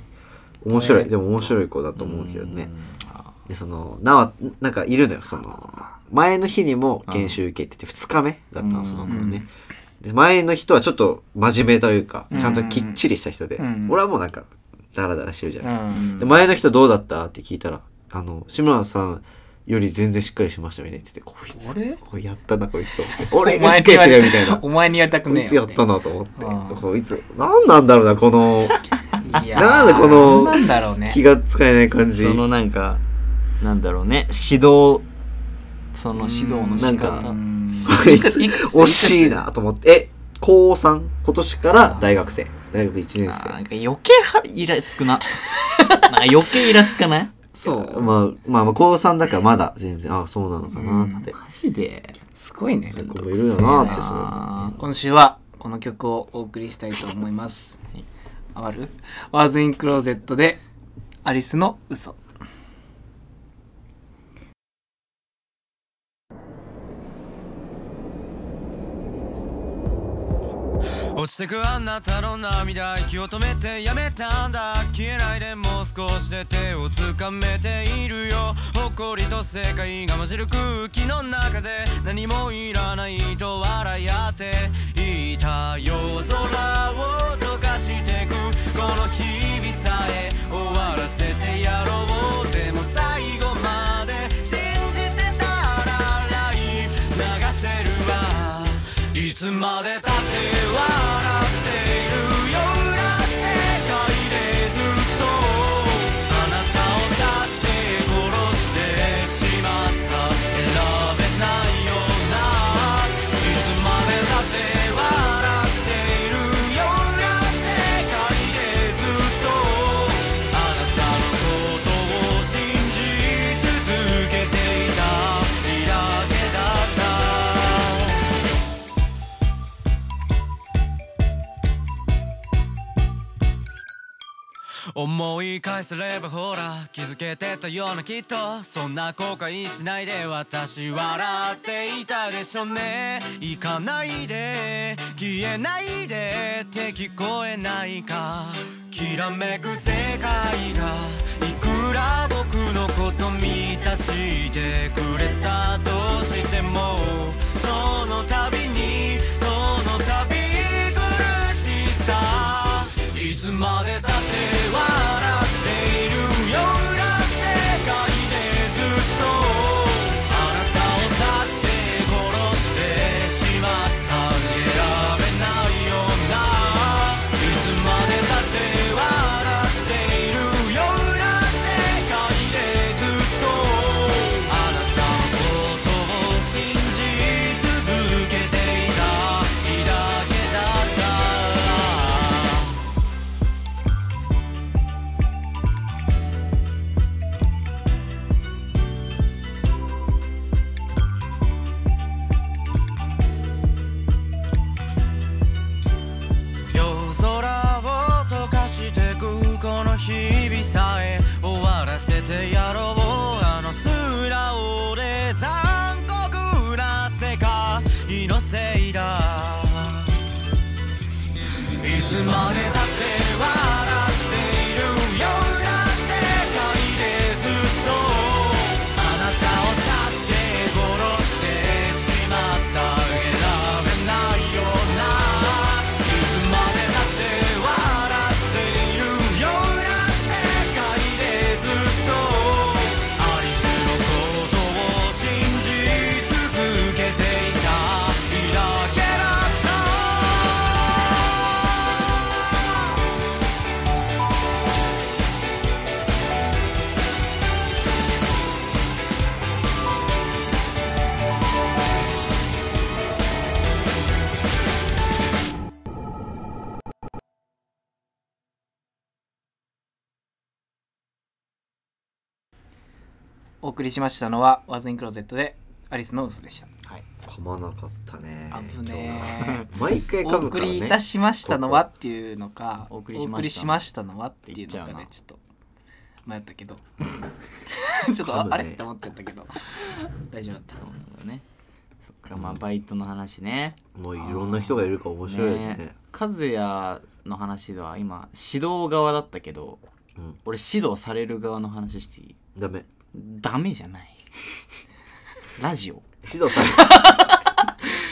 S2: 面白い、
S1: ね
S2: でも面白い子だと思うけどね
S3: うん
S2: でそのなわなんかいるのよその前の日にも研修受けてて2日目だった
S3: うん
S2: のその子ねで前の人はちょっと真面目というかちゃんときっちりした人で、
S1: うん
S2: 俺はもうなんかダラダラしてるじゃ
S1: う
S2: ない、
S1: ん
S2: で前の人どうだったって聞いたら「あの志村さんより全然しっかりしましたみたいな」って言って「こいつ
S1: あれ
S2: これやったなこいつ」
S1: <laughs>
S2: 俺がしっかりしてるみたいな
S1: お前にやりたく
S2: こ
S1: ね
S2: い
S1: え
S2: つや
S1: よ
S2: っ
S1: み
S2: た
S1: たい
S2: なと思って
S1: うん
S2: こいつ何なんだろうなこの
S1: ないやー
S2: なんだこの
S1: なんだろうね
S2: 気が使えない感じ
S3: そのなんかなんだろうね指導その指導の仕
S2: な
S3: 方
S1: う
S2: の
S1: ん
S2: こいつ
S1: いくつ
S2: 惜しいなと思ってえ高3今年から大学生大学1年
S3: あーな
S2: 生
S3: んか余計はイラつくななんか余計イラつかない
S1: そう
S2: まあまあまあ高3だからまだ全然あそうなのかなって
S3: マジです
S1: ごいね
S2: そういう子もいるよなってそう思
S3: あ
S1: 今週はこの曲をお送りしたいと思います
S3: はい
S1: あるワーズインクローゼットでアリスの嘘
S4: 落ちてくあなたの涙息を止めてやめたんだ消えないでもう少しで手を掴めているよ誇りと世界が混じる空気の中で何もいらないと笑い合っていた夜空を溶かしてくこの日々さえ終わらせてやろうでも最後まで信じてたらライフ流せるわいつまでたって笑っているような世界でずっとあなたを指して殺思い返せればほら気づけてたようなきっとそんな後悔しないで私笑っていたでしょうね行かないで消えないでって聞こえないかきらめく世界がいくら僕のこと満たしてくれたとしてもその度にその度苦しさいつまでたって笑っているような世界でずっとあなたを刺して殺してしまった選べないようないつまでたって笑っているような世界でずっとあなたのことを信じ続けていたいいだけだった夜空を溶かしてくこの日々さえ終わらせてやろうあの素直で残酷な世界のせいだいつまでたって笑っているような世界でずっとあなたを刺して殺してしまった選べないようないつまでだって笑っているような世界でずっとありしのことを信じ続けていたいいだけだった
S1: お送りしましたのはワズインクローゼットでアリスの嘘でした
S2: 噛まなかったね
S1: 危ねえ
S2: 今日毎回
S1: お
S2: 噛む
S1: 送
S2: から
S1: り
S2: ね
S1: いたしましたのはっていうのか
S3: お
S1: お
S3: 送
S1: 送
S3: りしました
S1: りしましたのはっていうの
S3: 言っちゃ
S1: か
S3: うな
S1: ねちょっと迷った
S3: <laughs>
S1: けど <laughs> ちょっと
S2: 噛む
S1: あ
S2: ね
S1: あれって思っちゃったけど大丈夫だった
S3: そうなんだよねそっからまあバイトの話ね
S2: もういろんな人がいるから面白いよね
S3: ね和也の話では今指導側だったけど
S2: うん
S3: 俺指導される側の話していい
S2: ダメ
S3: ダメじゃない
S2: <laughs>
S3: ラジオ
S2: 指導
S1: <laughs>
S2: される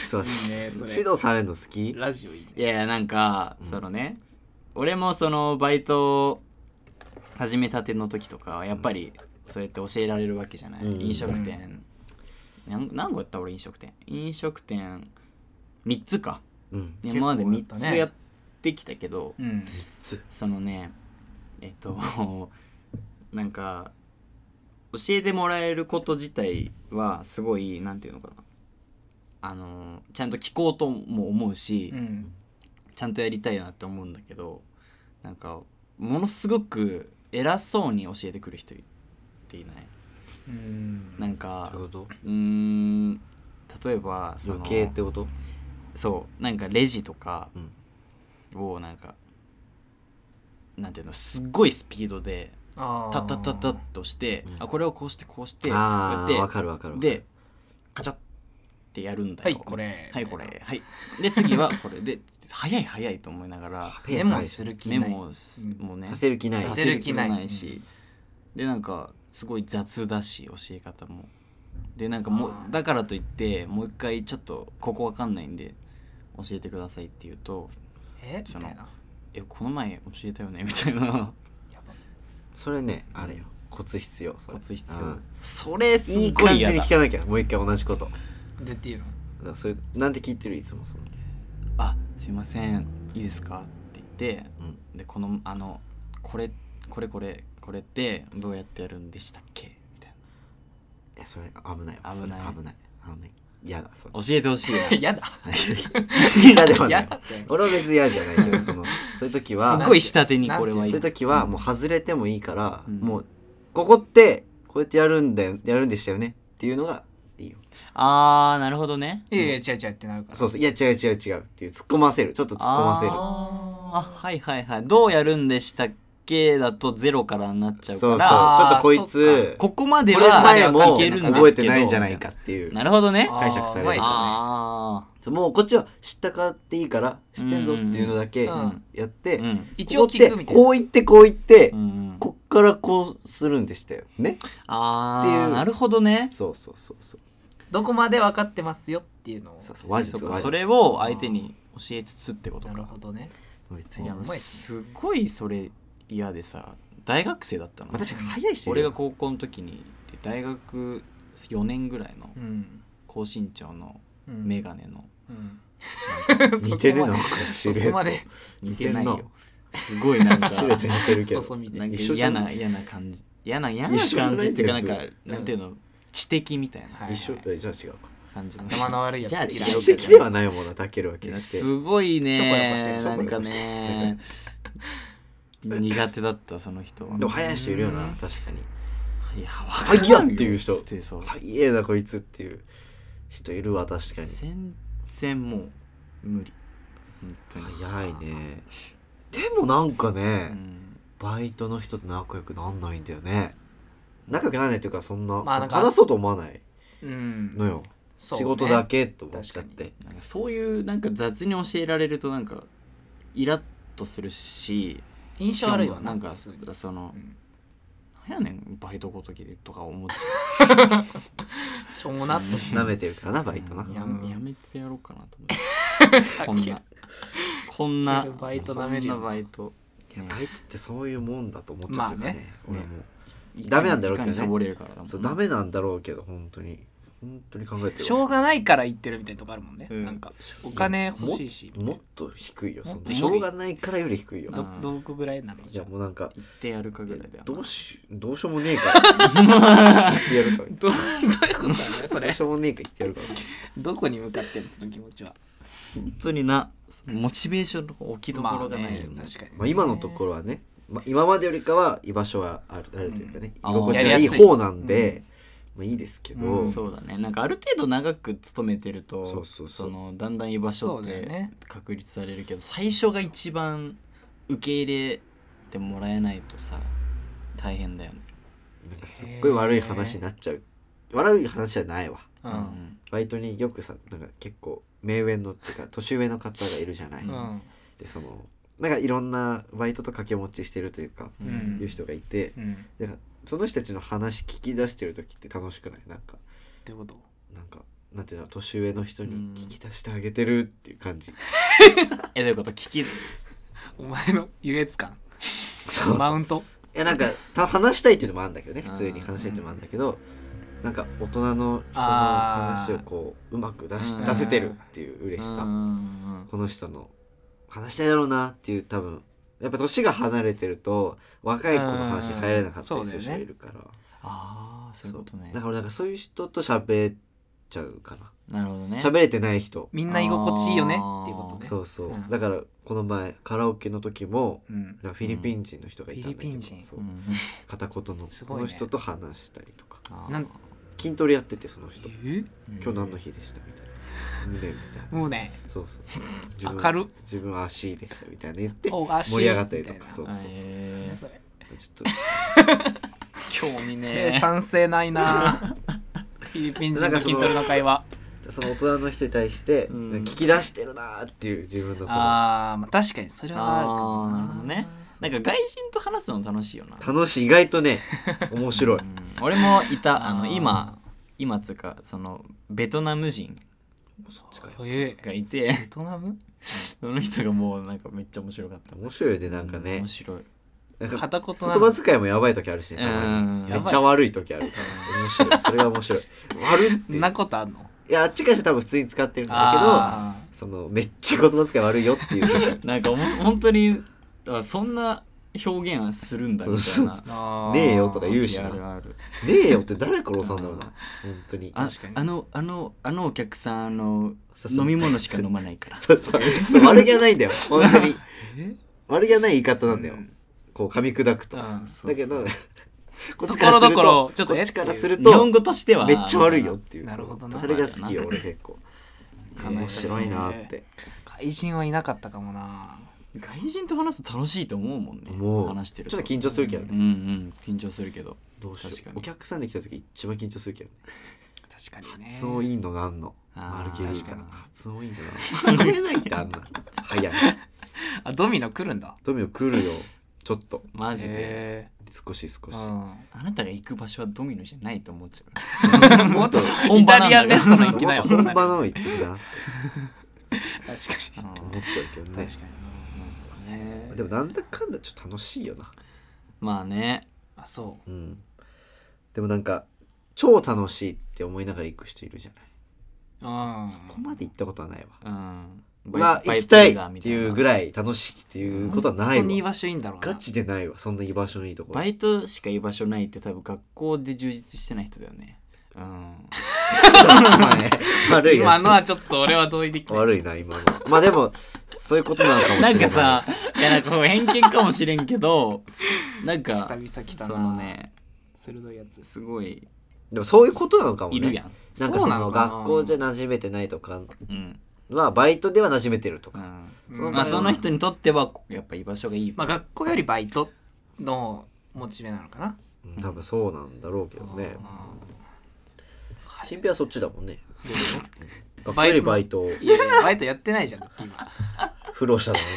S2: すいません
S1: いいねそれ
S2: 指導されるの好き
S1: ラジオいいね
S3: いやいやなんか、
S2: うん
S3: そのね俺もそのバイト始めたての時とかはやっぱりそうやって教えられるわけじゃない、
S2: うん
S3: 飲食店、なん、何個やった俺飲食店飲食店3つか
S2: うん
S1: 結構
S3: 今まで
S1: やっ
S3: 3
S1: た
S3: つ
S1: ね
S3: やってきたけど
S1: うん
S2: つ
S3: そのねえっと <laughs> なんか教えてもらえること自体はすごいなんていうのかなあのちゃんと聞こうとも思うし、
S1: うん
S3: ちゃんとやりたいなって思うんだけどなんかものすごく偉そうに教えてくる人っていない
S1: うん
S3: なんか
S2: どういうこと
S3: うーん例えばその
S2: 余計ってこと
S3: そうなんかレジとか
S2: うん
S3: をなんかなんていうのすっごいスピードで
S1: あー
S3: タッタッタッタッとして
S2: うん
S3: あこれをこうしてこうしてこうや
S2: あ
S3: っ
S2: あわ
S3: て
S2: かるわかるわかる
S3: でカチャッってやるんだ
S1: はい
S3: よ
S1: これ
S3: はいこれはいで次はこれで早い早いと思いながら
S2: ペー
S1: メ
S2: ス
S1: モ
S2: 配信
S1: する気
S3: メ
S1: ない
S3: モす
S1: うん
S3: もうね
S2: させる気ない
S3: さ
S1: さ
S3: せ
S1: せ
S3: る
S1: る
S3: 気
S1: 気
S3: な
S1: ないい
S3: し、でなんかすごい雑だし教え方もでなんかもう
S1: あー
S3: だからといってもう一回ちょっとここわかんないんで教えてくださいって言うと
S1: えみ
S3: そ
S1: た
S3: の
S1: いな
S3: 「えこの前教えたよね」みたいな
S1: やば
S2: それねあれよコツ必要それ
S3: コツ必
S2: う
S3: 要
S2: ん
S3: それすっ
S2: いい
S3: ご
S2: 感
S3: い嫌
S2: じに
S3: だ
S2: 聞かなきゃもう一回同じことだか
S1: でっていうの <laughs>
S2: らそれなんて聞いてるいつもその
S3: あすいませんいいですか?」って言って
S2: うん
S3: でこのあのこれこれこれこれってどうやってやるんでしたっけみたい
S2: いやそれ危ないわ
S3: 危
S2: それ
S3: ない
S2: 危ない危ない嫌だそれ <laughs>
S3: な教えてほしいな
S1: やだ
S2: 嫌ではな
S1: や
S2: い
S1: だって
S2: 俺は別に嫌じゃないけどそのそういう時
S3: す
S2: は
S3: っごい下手にこれ
S2: そ
S3: は
S2: う
S3: い
S2: い
S3: いう
S2: 時はもう外れてもいいから、
S3: うん
S2: もうここってこうやってやるんだよやるんでしたよねっていうのがいいよ
S3: あーなるほどね
S1: いやいや違う違うってなるから
S2: そうそういや違う違う違うっていう突っ込ませるちょっと突っ込ませ
S3: あ
S2: る
S3: ーあはいはいはいどうやるんでしたっけだとゼロからなっちゃうか
S2: そうそうち
S3: ら
S1: あー
S2: ょっとこい
S1: そ
S2: つこ
S3: ここまで
S2: れ
S3: は
S2: さえ
S3: なんか
S2: も
S3: いけるんですけど
S2: 覚えてないんじゃないかっていう
S3: なるほどね
S1: あー
S2: 解釈され
S1: うまいですね
S3: あ
S2: そうもうこっちは知ったかっていいから知ってんぞっていうのだけ
S1: うん
S2: やって、
S3: ーうん
S1: 一応聞くみたい
S2: こ
S1: な
S2: う言ってこう言って、
S3: うん
S2: こっからこうするんでしたよね
S3: あ
S2: ってい
S3: あ
S2: う
S3: なるほどね
S2: そうそうそうそう
S1: どこまで分かってますよっていうのを
S2: そうそう話
S3: そ
S2: 術
S3: っ
S2: 話
S3: か
S2: 術
S3: それを相手に教えつつってこと
S1: なる
S3: か
S1: ほどね
S2: 別
S3: い
S2: に
S3: や
S2: ま
S3: もう
S1: うまいっす
S3: すごいそれ嫌でさ大学生だったの
S2: あ確かに早い人いる
S3: 俺
S2: よ
S3: が高校の時に大学4年ぐらいの
S1: うん
S3: 高身長の
S1: うん
S3: メガネの
S1: うん <laughs>
S2: 似てるの
S1: そ
S2: シ
S1: こ
S2: ルエ
S1: ま
S2: ッ
S1: で
S3: 似てない
S2: 似てん
S3: よ
S2: な
S3: すごいなん
S2: <laughs>
S3: か
S2: トシルエット似てるけど
S1: 細身で
S3: なんか
S2: 一緒じ
S3: 嫌
S2: ゃな
S3: ない嫌な感じ嫌な嫌な
S2: 一緒じゃ
S3: 感
S2: な
S3: じ
S2: い
S3: っていうかなんか
S2: 全
S3: なんていうの知的みたいな
S1: はい
S2: 一緒えじゃあ違うか
S3: 感じの
S1: 頭の悪いやつ
S3: じゃあ違うけど
S2: 奇跡ではないものは抱けるわけ
S3: いや
S2: にして
S3: すごいね
S2: しょ
S3: な
S2: こ
S3: ん
S2: りこして
S3: かね <laughs> 苦手だったその人は
S2: でも早い人いるよな確かに
S3: いや
S2: あいやっていう人
S3: てそう
S2: 早えなこいつっていう人いるわ確かに
S3: 全然もう無理本当に、
S2: 早いねでもなんかね、
S3: うん、
S2: バイトの人と仲良くなんないんだよね仲良くなんないっていうかそんな,、
S1: まあなんか
S2: 話そうと思わない
S1: うん
S2: のよ、
S1: そうね
S2: 仕事だけと思っちゃっ
S1: 確
S2: て
S3: なんかそういうなんか雑に教えられるとなんかイラッとするし
S1: 印象悪いわ
S3: なんか
S1: 普通に
S3: その
S1: うん
S3: 「なんやねんバイトごときで」とか思っちゃ
S1: しょうもなっと
S2: 舐めてるからなバイトな、
S3: う
S1: い
S3: や
S1: うん
S3: やめてやろうかなと思ってこんなこんな
S1: バイト舐めるよ
S3: こんなバイトね
S2: バイトってそういうもんだと思っちゃってるからね,、
S3: まあね
S2: 俺も、ダメなんだろうけどね
S3: いかにサボれるからだもん
S2: そうダメなんだろうけど本当に本当に考えてる
S1: しょうがないから言ってるみたいなとこあるもんね、
S3: うん
S1: なんかお金欲しいし
S2: もっと低いよそん
S1: もっ
S2: な
S1: と低い
S2: しょうがないからより低いよ
S1: ど
S3: うん
S1: どこぐらいなの
S2: いやもうなんか
S3: 行ってやるかぐらいだよな
S2: どうしどうしようもねえから
S1: <laughs>
S2: やるか
S1: ど <laughs> どういうことなのそ
S2: どう
S1: れ
S2: <laughs> しようもねえから言ってやるから
S1: どこに向かってんのその気持ちは
S3: 本当になモチベーションの置きどころがないよね、
S1: まあね確かに
S2: まあ、今のところはね、まあ、今までよりかは居場所はあるあるというかね、
S3: うん
S2: 居心地
S1: あ
S2: が
S1: ー
S2: いい方なんで、まあ、いいですけど、
S1: う
S3: そうだねなんかある程度長く勤めてると
S2: そうそうそう
S3: のだんだん居場所っ
S1: そうだよ
S3: て
S1: ね
S3: 確立されるけど、最初が一番受け入れてもらえないとさ大変だよね、
S2: なんかすっごい悪い話になっちゃう悪い話じゃないわ
S1: う
S3: うん
S2: バイトによくさなんか結構目上のっていうか年上の方がいるじゃない、
S1: うん
S2: でそのなんかいろんなバイトと掛け持ちしてるというか、
S1: うん
S2: いう人がいて
S1: うんっ
S2: なんかその人たちの話聞き出してる時って楽しくないなんか
S1: てこと
S2: なんかなんていうの年上の人に聞き出してあげてるっていう感じ、
S3: <laughs> えどういうこと聞き
S1: お前の優越感
S2: そうそう
S1: マウント
S2: いやなんかた話したいっていうのもあるんだけどね普通に話したいっていうのもあるんだけど、なんか大人の人の話をこううまく出し
S3: うん
S2: 出せてるっていう嬉し
S3: う
S2: さ
S3: ん
S2: この人の話したいだろうなっていう多分やっぱ年が離れてると若い子の話に入れなかったりする人
S1: うん
S2: いるから
S3: ああそういうことね
S2: だからなんかそういう人と喋っちゃうかな
S3: なるほどね
S2: 喋れてない人
S1: みんな居心地いいよねっていうことね
S2: そうそう
S1: うん
S2: だからこの前カラオケの時も
S1: うん
S2: なんかフィリピン人の人がいたんだけ
S1: うんフィリピ
S2: ど
S1: ン人
S2: そううん片言の
S1: す
S2: そ
S1: ごい
S2: の
S1: ね
S2: 人と話したりとか
S3: あー
S1: なん
S2: 筋トレやっててその人
S1: え
S2: 今日何の日でしたみたいな胸みたい
S1: <laughs>
S2: な
S1: もうね
S2: そうそう
S1: 明るっ
S2: 自分は足でしたみたいな言って
S1: お足
S2: 盛り上がったりと
S1: みたい
S2: か
S1: な
S2: そうそうそう
S3: え
S1: それ
S2: ちょっ
S3: 興味ね
S1: 生産性ないな <laughs> フィリピン人の筋トレの会話
S2: とその大人の人に対して
S3: うん
S2: 聞き出してるなーっていう自分のこう
S1: あー、まあ確かにそれはあるかも
S3: あーなるほどねなんか外人と話すの楽しいよな
S2: 楽しい意外
S1: <laughs>
S2: とね面白い
S3: うん俺もいたあの
S1: あー
S3: 今今つうかそのベトナム人
S1: ええ
S3: がいて <laughs>
S1: ベトナム
S3: その人がもうなんかめっちゃ面白かった
S2: 面白いでなんか
S3: う
S2: ね
S3: 面白い
S2: なんか
S1: 片言
S2: 言
S1: なの
S2: 葉遣いもやばい時あるしねたま
S3: うん
S2: にめっちゃ悪い時あるから面白いそれは面白い悪いって
S1: そん
S2: い
S1: な
S2: う
S1: ことあんの
S2: いやあっちからしたら多分普通に使ってるんだけど
S1: あ
S2: そのめっちゃ言葉遣い悪いよっていう時
S3: なんかおも本当にあそんな表現はするんだみた
S2: そ
S3: いうな
S2: そう
S1: ーあー
S2: ねえよとか言うし
S3: あ
S2: な
S3: るある
S2: ねえよって誰殺さんだろうな本当に
S3: あ
S1: 確かに
S3: あのあのあのお客さんあの
S2: そうそう
S3: 飲み物しか飲まないから
S2: <laughs> そうそうそう悪気はないんだよ本当に悪気はない言い方なんだよ、
S1: うん
S2: こう噛み砕くと、
S1: うん
S2: だけどこ
S1: ところどころちょっと
S2: こ
S1: え
S2: っちからする
S3: 日本
S2: と
S3: 語としては
S2: めっちゃ悪いよっていう
S1: なるほどな
S2: それが好きよ俺結構
S1: 悲
S2: 面
S1: しいね
S2: 白いなって
S1: 怪人はいなかったかもな
S3: 外人と話すと楽しいと思うもんね
S2: もう
S3: 話してる
S2: ちょっと緊張するけどね
S3: うんうん緊張するけど
S2: どうしよ
S3: 確か
S2: う
S3: に
S2: お客さんで来た時一番緊張するけどね
S1: 確かにね
S2: 発音いいのがあんのマ
S3: あー
S2: ルゲリー
S3: 確
S2: タ
S3: かに
S2: 発音いいのがあんの作れないってあんな早い
S1: あドミノ来るんだ
S2: ドミノ来るよちょっと
S3: マジで、
S1: へ
S2: 少し少し
S1: え
S3: あなたが行く場所はドミノじゃないと思っちゃう
S2: <laughs>
S1: うん、もっと <laughs> イ
S3: 本場
S1: タ
S3: なんだ
S1: リアンレストラン
S2: も
S1: 行
S2: っ
S1: きなよ
S2: と本場の方行ってさ
S1: 確かに
S3: うん
S2: 思っちゃうけど
S1: 確か
S2: ね
S1: に
S3: ね
S2: でもなんだかんだちょっと楽しいよな
S3: まあね
S1: あそう
S2: うんでもなんか超楽しいって思いながら行く人いるじゃない
S1: うん
S2: そこまで行ったことはないわ
S3: うん
S2: まあ行きたいっていうぐ
S3: い
S2: らい楽しいっていうことはない
S1: 本当に居
S2: わ
S1: 場所いいんだろうな
S2: ガチでないわそんな居場所のいいところ
S3: バイトしか居場所ないって多分学校で充実してない人だよね
S2: <laughs>
S3: うん
S2: お前悪いや
S1: 今
S2: つ
S1: のはちょっと俺は同意できない
S2: 悪いな今の <laughs> まあでもそういうことなのかもしれ
S3: な
S2: ない
S3: んかさいやなんかこう偏見かもしれんけど <laughs> なんか
S1: 久々来たな
S3: そのね
S1: 鋭いやつ
S3: すごい
S2: でもそういうことなのかもね
S3: いるやん、
S2: なんか
S1: そ
S2: そう
S1: なの
S2: の
S1: かな
S2: 学校じゃ馴染めてないとか
S3: うん
S2: はバイトでは馴染めてると
S3: う
S2: か、
S3: ん
S2: その
S3: まあ
S2: 場合
S3: その人にとってはやっぱ居場所がいい、
S1: まあ学校よりバイトのモチベなのかな
S2: うん多分そうなんだろうけどね
S1: うん
S2: 新平はそっちだもんね
S1: どういうこ
S2: 学校よりバイト
S1: といやいやバイトやってない
S2: <laughs>
S1: じゃん今
S2: 不労者だもんね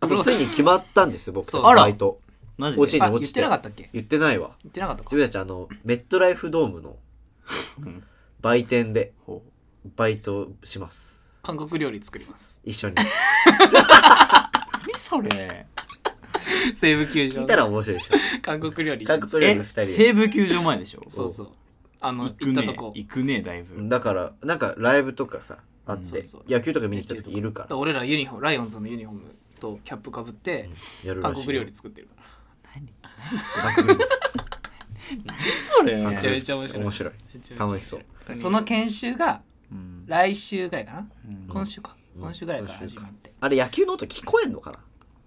S2: あ
S1: 不
S2: と
S1: 労
S2: つ
S1: 者
S2: いに決まったんですよ僕たち
S1: そう
S2: バイト
S3: マジ
S2: 落ち
S3: で
S2: に
S1: あ
S2: 落
S1: 言っ
S2: ち
S1: て
S2: て
S1: なかったっけ
S2: 言ってないわ
S1: 言ってなかったか
S2: 自分たちあのメットライフドームの
S3: ん
S2: 売店で
S3: ほう
S2: バイトします
S1: 韓国料理作ります
S2: 一緒に
S3: 何それ
S1: 西武球場
S2: 聞いたら面白いでしょ
S1: 韓国料理
S2: 韓国料理
S3: え
S2: の二人
S3: 西武球場前でしょ
S1: そうそうあの
S3: 行
S1: 行
S3: く
S1: った
S3: ね
S1: とこ
S3: 行くねだいぶ、 <laughs>
S2: だからなんかライブとかさあっ
S1: そう
S2: て
S1: そう
S2: 野球とか見に来た時いるか
S1: だから俺らユニフォームライオンズのユニフォームとキャップかぶって
S2: らやるら
S1: 韓
S2: しいよ
S1: 国料理作ってるから
S2: 韓国料理作って
S3: それ
S1: めちゃめちゃ面白い
S2: 面白い
S1: めちゃめちゃ
S2: 楽しそう
S1: 面白いその研修が
S3: うん
S1: 来週ぐらいかな、
S3: うん
S1: 今週か、
S2: うん
S1: 今週ぐらいから始まって
S2: あれ野球の音聞こえんのかな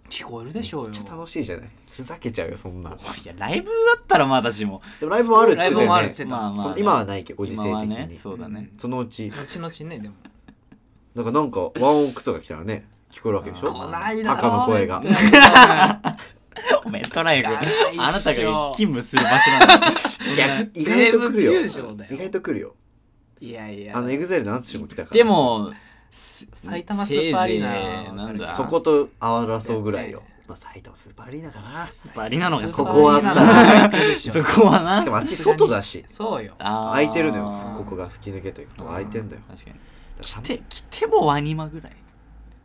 S1: 聞こえるでしょうよ
S2: めっちゃ楽しいじゃないふざけちゃうよそんない
S3: やライブだったらまだしも
S2: <laughs> でもライブもあるっつ
S1: ラ
S2: っ
S1: イ
S2: て
S1: ブ
S2: た
S1: もあ
S2: よ
S1: るっ
S2: ね
S1: つって
S2: そ
S1: た
S3: まあまあ
S2: の今はないけどご時世
S3: 今は
S2: 的
S3: ね
S2: に
S3: そうだね
S2: そのうち
S1: 後々ねでも
S2: なんかなんかワンオークとか来たらね聞こえるわけでしょ
S1: こないだろ
S2: 赤の声が
S1: みたいな
S3: おめトライブ
S1: ガラ
S3: あ
S1: 一緒
S3: なたが勤務する場所なんだ
S2: いや意外と来るよ
S1: 西武球場だよ
S2: 意外と来るよ
S1: <laughs> いやいや
S2: あのエグザイルの淳も来たから
S3: でもす
S1: 埼玉スーパーアリーナ
S3: せいぜいなんだ
S2: そこと争うぐらいよ
S1: ね
S2: まあ埼玉スーパーアリーナかなし
S3: バリなのが
S2: ここはあったら
S3: そこはな
S2: かもあっち外だし
S1: そうよ
S3: あー
S2: 空いてるのよここが吹き抜けというか空いてんだよ
S3: 確かに
S2: だ
S3: 来
S2: 寒
S3: て来てもワニマぐらい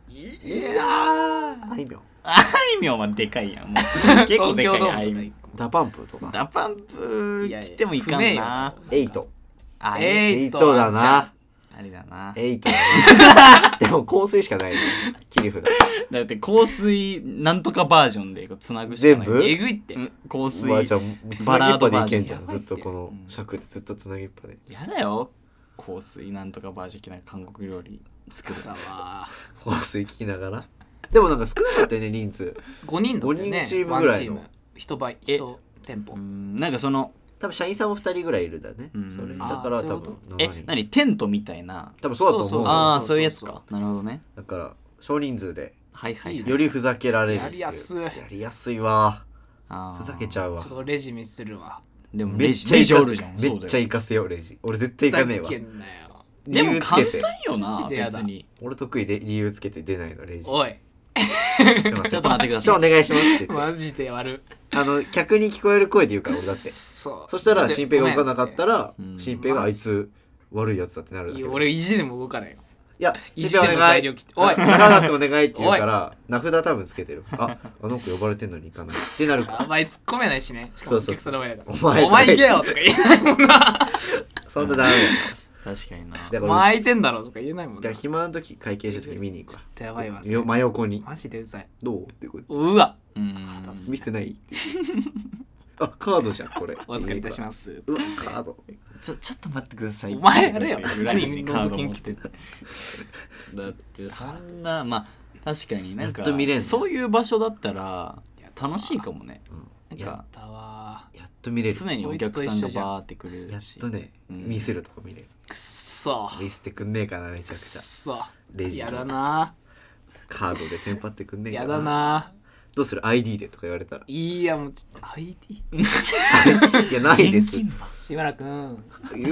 S2: いやーあいみょん
S3: あいみょんはでかいやんも
S1: <laughs>
S3: う結構でかいあいみょん
S2: ダパンプとか
S3: ダパンプ
S1: いやいや
S3: 来てもいかんな
S2: エイト
S3: あ
S1: え
S3: え
S1: エ
S2: エ
S1: イ
S2: イ
S1: ト
S2: トだな
S3: あれだな
S2: エイ
S1: <laughs>
S2: トだなでも香水しかないね切り札
S3: だって香水なんとかバージョンでこうつなぐしか
S2: 全
S3: ない
S2: 部
S1: えぐいって、
S3: うん香水
S2: まあじゃあつ
S3: バ
S2: なぎ
S3: ラ
S2: っ
S3: ー
S2: ぱ
S3: ド
S2: でい
S3: バージ
S2: け
S3: ョン
S2: んじゃんずっとこの尺でずっとつなぎっぱで
S3: やだよ香水なんとかバージョン着ない韓国料理作る
S1: だわ
S2: 香水聞きながらでもなんか少なかったよね人数
S1: 5人だったよね
S2: 五人チームぐらいの
S1: ワンチーム1倍
S3: え
S1: 1店舗
S3: うんなんかその
S2: 多分社員さんも2人ぐらいいるだね
S3: うん
S2: それだ
S1: あー
S2: から
S1: そうい
S2: 多
S1: うこと
S2: 分7
S3: え
S2: 人
S3: 何テントみたいな
S2: 多分そうだと
S1: そうそ
S2: 思う
S1: う
S2: よ
S3: ああそういうやつ
S1: そう
S3: かなるほどね
S2: だから少人数で
S3: はいはい
S1: いい
S3: い
S1: ね
S2: よりふざけられるってう
S1: やりやすい
S2: やりやすいわふ
S3: ふ
S2: ざけちゃうわ
S1: ちょっとレジ見するわ
S3: でも
S2: め
S3: レ
S2: っ
S3: ジ
S2: ちゃ
S3: レ
S2: 行
S3: ジお
S2: か
S3: る
S2: せ
S3: じゃん
S2: めっちゃ
S3: い
S2: 行かせようレジ俺絶対行かねえ
S1: ふ
S2: わ
S1: ざけんなよ
S3: で
S2: 理
S3: も
S2: 由つけ
S3: 簡
S2: て
S3: 単よ
S1: マジ
S3: な
S1: でやだ
S3: 別に
S2: 俺得意で理由つけて出ないのレジ
S1: おい
S2: すいません
S3: ちょっと待ってください
S2: ちょっとお願いしますって言って
S1: マジで悪る
S2: あの客に聞こえる声で言うから俺だって
S1: そう
S2: そしたら新平が動かなかったら
S3: うん
S2: 新平があいつ悪いやつだってなるだ
S1: い
S2: け
S1: や
S2: で
S1: 俺意地でも動かないよ
S2: いや
S1: 意
S2: 新
S1: 地で
S2: 平
S1: も
S2: お願
S1: 材
S2: い
S1: 料切って
S2: <laughs>
S1: おい
S2: 中田君お願いって言うから名札多分つけてるああの子呼ばれてんのに行かないってなるか
S1: <laughs> あんまり突っ込めないしねしかもお客さんの前だから
S2: そうそうそう
S1: お
S2: お
S1: 前行
S2: 前
S1: けよとか言え
S2: <laughs>
S1: ないもんな
S2: らそんなダメ
S3: 確かにな
S2: だよだ
S1: お
S2: から俺
S1: 前空いてんだろとか言えないもんな
S2: だか
S1: ちょ
S2: ら
S1: っ
S2: 暇の時会計した時見に行くわ
S1: とやばいわ
S2: よ真横に
S1: マジでうざい
S2: どうってこう
S1: うわ
S3: うん
S2: 見せ
S1: <laughs>
S2: てないってあカードじゃんこれ
S1: お預かりいたします
S2: うわカード
S3: ちょちょっと待ってください
S1: お前あれよ
S3: 裏にカード
S1: 何覗
S3: 持っ
S1: きに
S3: てだってそんなまあ確かになんか
S2: やっと見れんの
S3: そういう場所だったら楽しいかもね
S2: う
S3: なんん
S2: や
S3: か
S1: だわ
S2: やっと見れる
S3: 常にお客さんがバーってくる
S2: やっ
S3: し
S2: とね
S3: うん
S2: 見せるとこ見れる
S1: ーくっそー
S2: 見せてくんねえかなめち
S1: く
S2: ゃ
S1: っ
S2: くちゃ
S1: そ
S2: レジ
S1: やだな
S2: カードでテンパってくんねえか
S1: やだな
S2: どうする ID でとか言われたら
S1: いいやもうちょっと ID
S2: いやないです
S1: しばらくん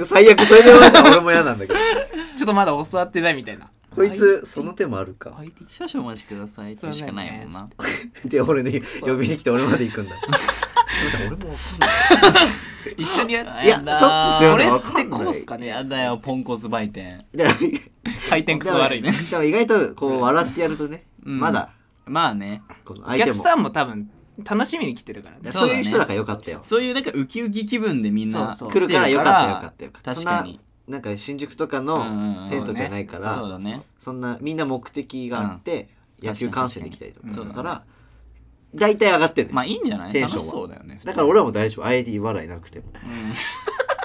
S2: 最悪それで終わったら俺も嫌なんだ
S1: <laughs>
S2: けど
S1: ちょっとまだ教わってないみたいな
S2: こいつその手もあるか
S1: ID
S3: 少々お待ちください。それしかないもんな。
S2: で俺に呼びに来て俺まで
S1: <laughs>
S2: 行くんだすいません俺もわかんない
S1: 一緒にやっ
S2: いやちょっとすいませんわ
S1: こ
S2: か
S1: れっ
S2: ん
S1: て
S2: ない
S1: こうっすかね
S3: やだよ、ポンコツ売店。
S2: だから
S1: 回転靴悪いね
S2: でもでも意外とこう笑ってやるとね、
S3: うん
S2: まだ
S3: まあね、
S2: この
S1: お
S2: 相手
S1: 客
S2: も
S1: さんも多分楽しみに来てるからね
S2: そう
S3: そうだ
S2: いう
S3: ね
S2: 人だからよかったよ、
S3: そういうなんかウキウキ気分でみんな
S1: そうそう
S2: 来るからよかったよかったよかった
S3: 確かに。
S2: そんななんか新宿とか
S3: うんうんう
S2: の
S3: ん
S2: 生徒じゃないから、
S3: そうだね
S2: そんなみんな目的があって、野球観戦できたりとか
S3: 確かに
S2: だから大体上がってんね
S3: まあいいんじゃない
S2: テン
S3: 楽
S2: ション
S3: し
S2: は
S3: そうだよね。
S2: だから俺はもう大丈夫 ID 笑いなくても
S3: うん
S2: <laughs> だか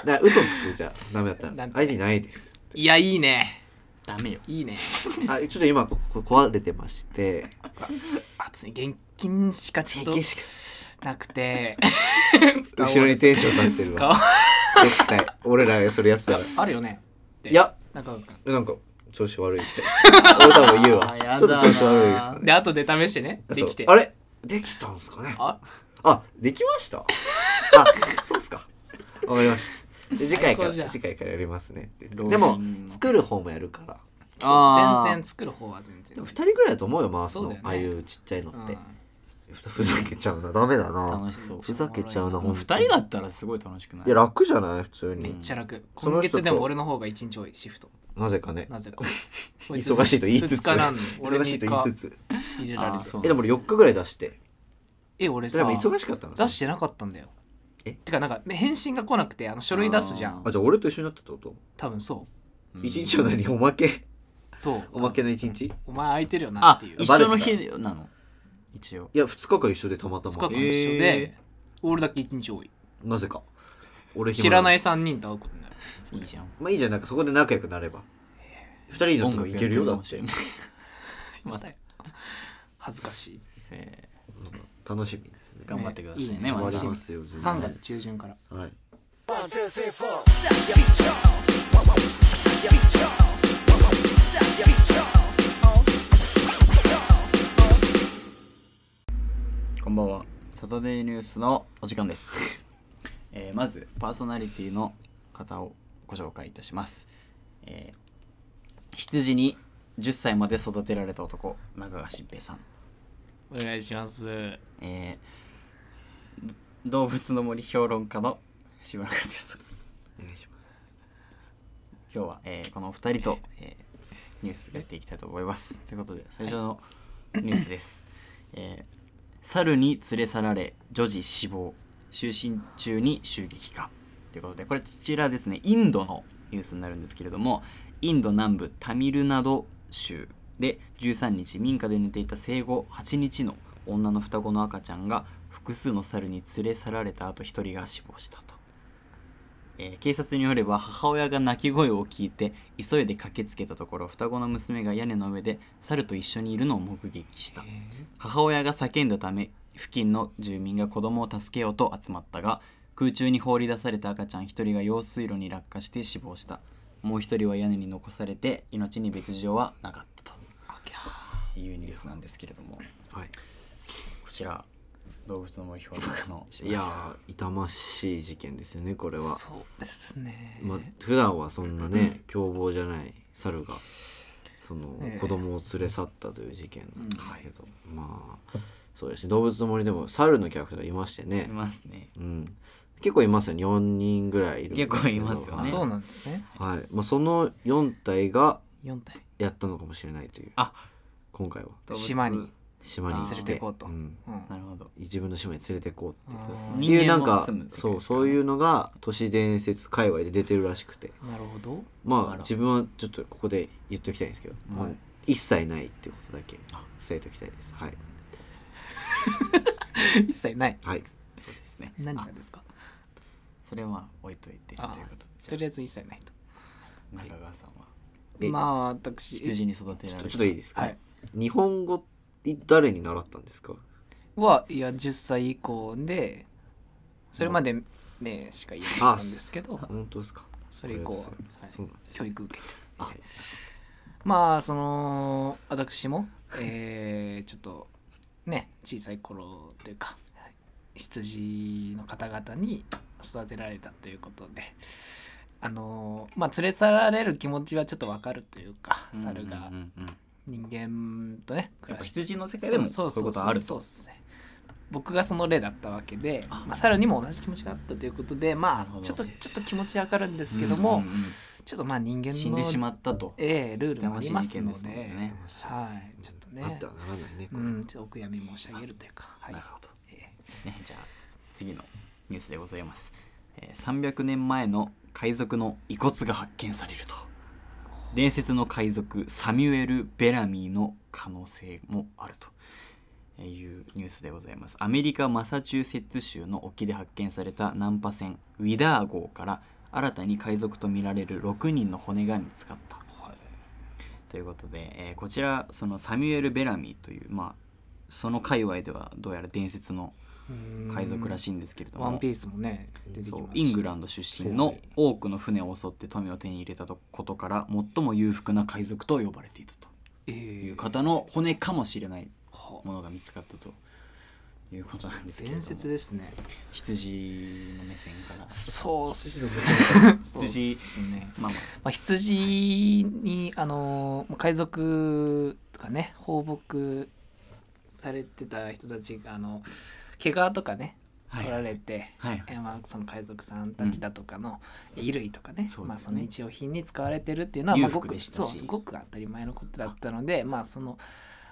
S2: ら嘘つくじゃダメだった
S1: な
S2: ら
S1: んて
S2: ID ないです
S1: いやいいね
S3: ダメよ。
S1: いいね
S2: あちょっと今ここ壊れてまして
S1: 熱い現金しかちょっと
S2: 現金し
S1: なくて
S2: 後ろに店長立ってるわ絶対俺らそれやってたら
S1: あるよね
S2: いや
S1: 中尾君
S2: なんか調子悪いって <laughs> 俺多分言うわ
S3: あーやだなー
S2: ちょっと調子悪いですよね
S1: で後で試してねで
S2: そう
S1: きて
S2: あれできたんですかね
S1: あ
S2: あできました
S1: <laughs>
S2: あそうっすかわかりましたで次回か
S1: 最高じゃ
S2: ら
S1: ん
S2: 次回からやりますねって
S3: 老人
S2: でも作る方もやるから
S1: そう
S3: あー
S1: 全然作る方は全
S2: で
S1: 然
S2: も2人ぐらいだと思うよ回す
S1: そう
S2: の、
S1: だよね
S2: ああいうちっちゃいの
S1: う
S2: っ
S1: ん
S2: て、ふざけちゃうなダメだな
S3: 楽しそう。
S2: ふざけちゃうな
S3: も
S2: も
S3: う
S2: う
S3: 二人だったらすごい楽しくない
S2: いや楽じゃない普通
S1: めっ
S2: に
S1: ちゃ楽
S2: その
S1: 今
S2: 人と
S1: 月でも俺の方が一日多いシフト
S2: なぜかね
S1: なぜか
S2: <laughs> 忙しいと言いつつ
S1: 2日なんの俺
S2: <laughs> 忙
S1: に
S2: しいと
S1: 日
S2: 言いつつ
S1: 入れられ
S3: あー
S1: て
S3: そう
S2: えでも俺4日ぐらい出して
S1: え俺
S2: で
S1: さ
S2: も忙しかったの
S1: 出してなかったんだよ
S2: え
S1: てかなんか返信が来なくてあの書類出すじゃん
S2: あじゃあ俺と一緒になったってこと
S1: 多分そう
S2: 一日は何おまけ <laughs>
S1: そう
S2: おまけの一日
S1: お前空いてるよなっ
S3: あ
S1: ていう
S3: 一緒の日なの一応
S2: いや2日間一緒でたまた
S1: 2日
S2: ま
S1: 間一緒
S3: えー
S1: で俺だけ一日多い
S2: なぜか俺
S1: 知らないい3人と会うことになる
S3: いいじゃん
S2: まあいいじゃんなんかそこで仲良くなれば2人になってもいけるよだって
S3: 音楽やってるかもしれないまた
S1: 恥ずかしい
S3: え
S2: 楽しみですね
S3: ー頑張ってください
S1: いい
S3: ね
S1: ね
S3: ま
S2: 頑
S3: た
S2: 張りますよ全然
S1: 3月中旬から
S2: はい
S3: こんばんはサタデーニュースのお時間です、 <laughs> えーまずパーソナリティの方をご紹介いたします、えー羊に10歳まで育てられた男中川新平さん
S1: お願いします
S3: えーど動物の森評論家の志村和也さん
S2: お願いします
S3: 今日は、えーこのお二人と、えーニュースやっていきたいと思います。ということで最初のニュースです。えー猿に連れ去られ女児死亡就寝中に襲撃かということでこれこちらですねインドのニュースになるんですけれどもインド南部タミルナド州で13日民家で寝ていた生後8日の女の双子の赤ちゃんが複数の猿に連れ去られた後1人が死亡したと。えー警察によれば母親が泣き声を聞いて急いで駆けつけたところ双子の娘が屋根の上で猿と一緒にいるのを目撃した母親が叫んだため付近の住民が子供を助けようと集まったが空中に放り出された赤ちゃん1人が用水路に落下して死亡したもう1人は屋根に残されて命に別状はなかったというニュースなんですけれども
S2: はい
S3: こちら動物の森評論家の
S2: いやー痛ましい事件ですよねこれは、
S1: そうですね
S2: まあ、普段はそんなね凶暴じゃない猿がその
S1: ええ
S2: 子供を連れ去ったという事件なんですけど、まあそうですね動物の森でも猿のキャラクターがいましてね
S3: い、ますね
S2: うん、結構いますよね4人ぐらいいるんですけど
S3: 結構いますよね
S1: あそうなんですね
S2: はいまあ、その4体が
S1: 4体
S2: やったのかもしれないという
S3: あ
S2: 今回は
S3: 動物
S1: 島に
S2: 島に行って
S3: 連
S1: れてこうと
S2: ん
S1: うん
S3: なるほど
S2: 自分の島に連れてこうっていう
S1: あ
S2: っていう
S3: 人間
S2: な
S3: も
S2: んか
S3: 住む世界
S2: そうそういうのが都市伝説界隈で出てるらしくて
S1: ーなるほど
S2: ま
S3: あ
S2: あ
S3: ら
S2: 自分はちょっとここで言っておきたいんですけど、
S3: はい
S2: もう一切ないっていうことだけ伝えておきたいですはい
S1: 一切ない
S2: はい
S3: ね
S1: 何
S3: あ
S1: がですか
S3: それはまあ置いといてという
S1: あ
S3: ことで
S1: とりあえず一切ないと
S3: 中川さんは
S2: え
S1: まあ私
S3: 羊に育て
S2: ち
S3: ら
S2: ょ
S3: れ
S2: っと
S3: た
S2: ちょっといいですか、
S1: はい
S2: 日本語って誰に習ったんですか
S1: はいや10歳以降でそれまで名しか言えなかったんですけど
S2: 本当ですか
S1: それ以降は
S2: ありがとうございます
S1: はい
S2: そうなんです
S1: 教育受けて
S2: あ
S1: まあその私もえーちょっとね小さい頃というか羊の方々に育てられたということであのまあ連れ去られる気持ちはちょっとわかるというか猿が
S3: うんうんうん
S1: 人間とね暮
S3: やっ
S1: ら
S3: ぱ
S1: して
S3: 羊の世界でもそういうことはある
S1: そう
S3: と
S1: ですね僕がその例だったわけで、まあ、猿にも同じ気持ちがあったということで
S3: な
S1: ま
S3: るほ
S1: あ
S3: ど
S1: ちょっとちょっと気持ちわかるんですけども、
S3: うんうんうん
S1: ちょっとまあ人間の
S3: 死んでしまったと
S1: ええルールもありますの
S3: 騙し事件で
S1: です
S3: もんね
S1: はいちょっとね
S2: あってはならないねこ
S1: う
S2: れ、
S1: んちょっとお悔やみ申し上げるというか、はい、
S3: なるほど
S1: ええ
S3: ね、 <laughs> じゃあ次のニュースでございます、えー300年前の海賊の遺骨が発見されると伝説の海賊サミュエル・ベラミーの可能性もあるというニュースでございますアメリカマサチューセッツ州の沖で発見された難破船ウィダー号から新たに海賊とみられる6人の骨が見つかった、ということで、えーこちらそのサミュエル・ベラミーというまあその界隈ではどうやら伝説の海賊らしいんですけれども、
S1: ワンピースもね出てき
S3: そ
S1: ま
S3: う
S1: す
S3: イングランド出身の多くの船を襲って富を手に入れたことから最も裕福な海賊と呼ばれていた
S1: え
S3: という
S1: え
S3: 方の骨かもしれない
S1: はあ
S3: ものが見つかったということなんですけれども
S1: 伝説ですね
S3: 羊の目線から
S1: そうっす
S3: 羊
S1: そうっすね
S3: まあま
S1: まあ、羊にあのまあ海賊とかね放牧されてた人たちがあの毛皮とかね
S3: あ
S1: 取られて、
S3: はい
S1: えーまあ、その海賊さんたちだとかの衣類とかね,、
S3: そうですね
S1: まあ、その日用品に使われてるっていうのは、まあ、
S3: 裕
S1: ご
S3: 福
S1: く
S3: でした
S1: そう
S3: し
S1: すごく当たり前のことだったので、まあ、その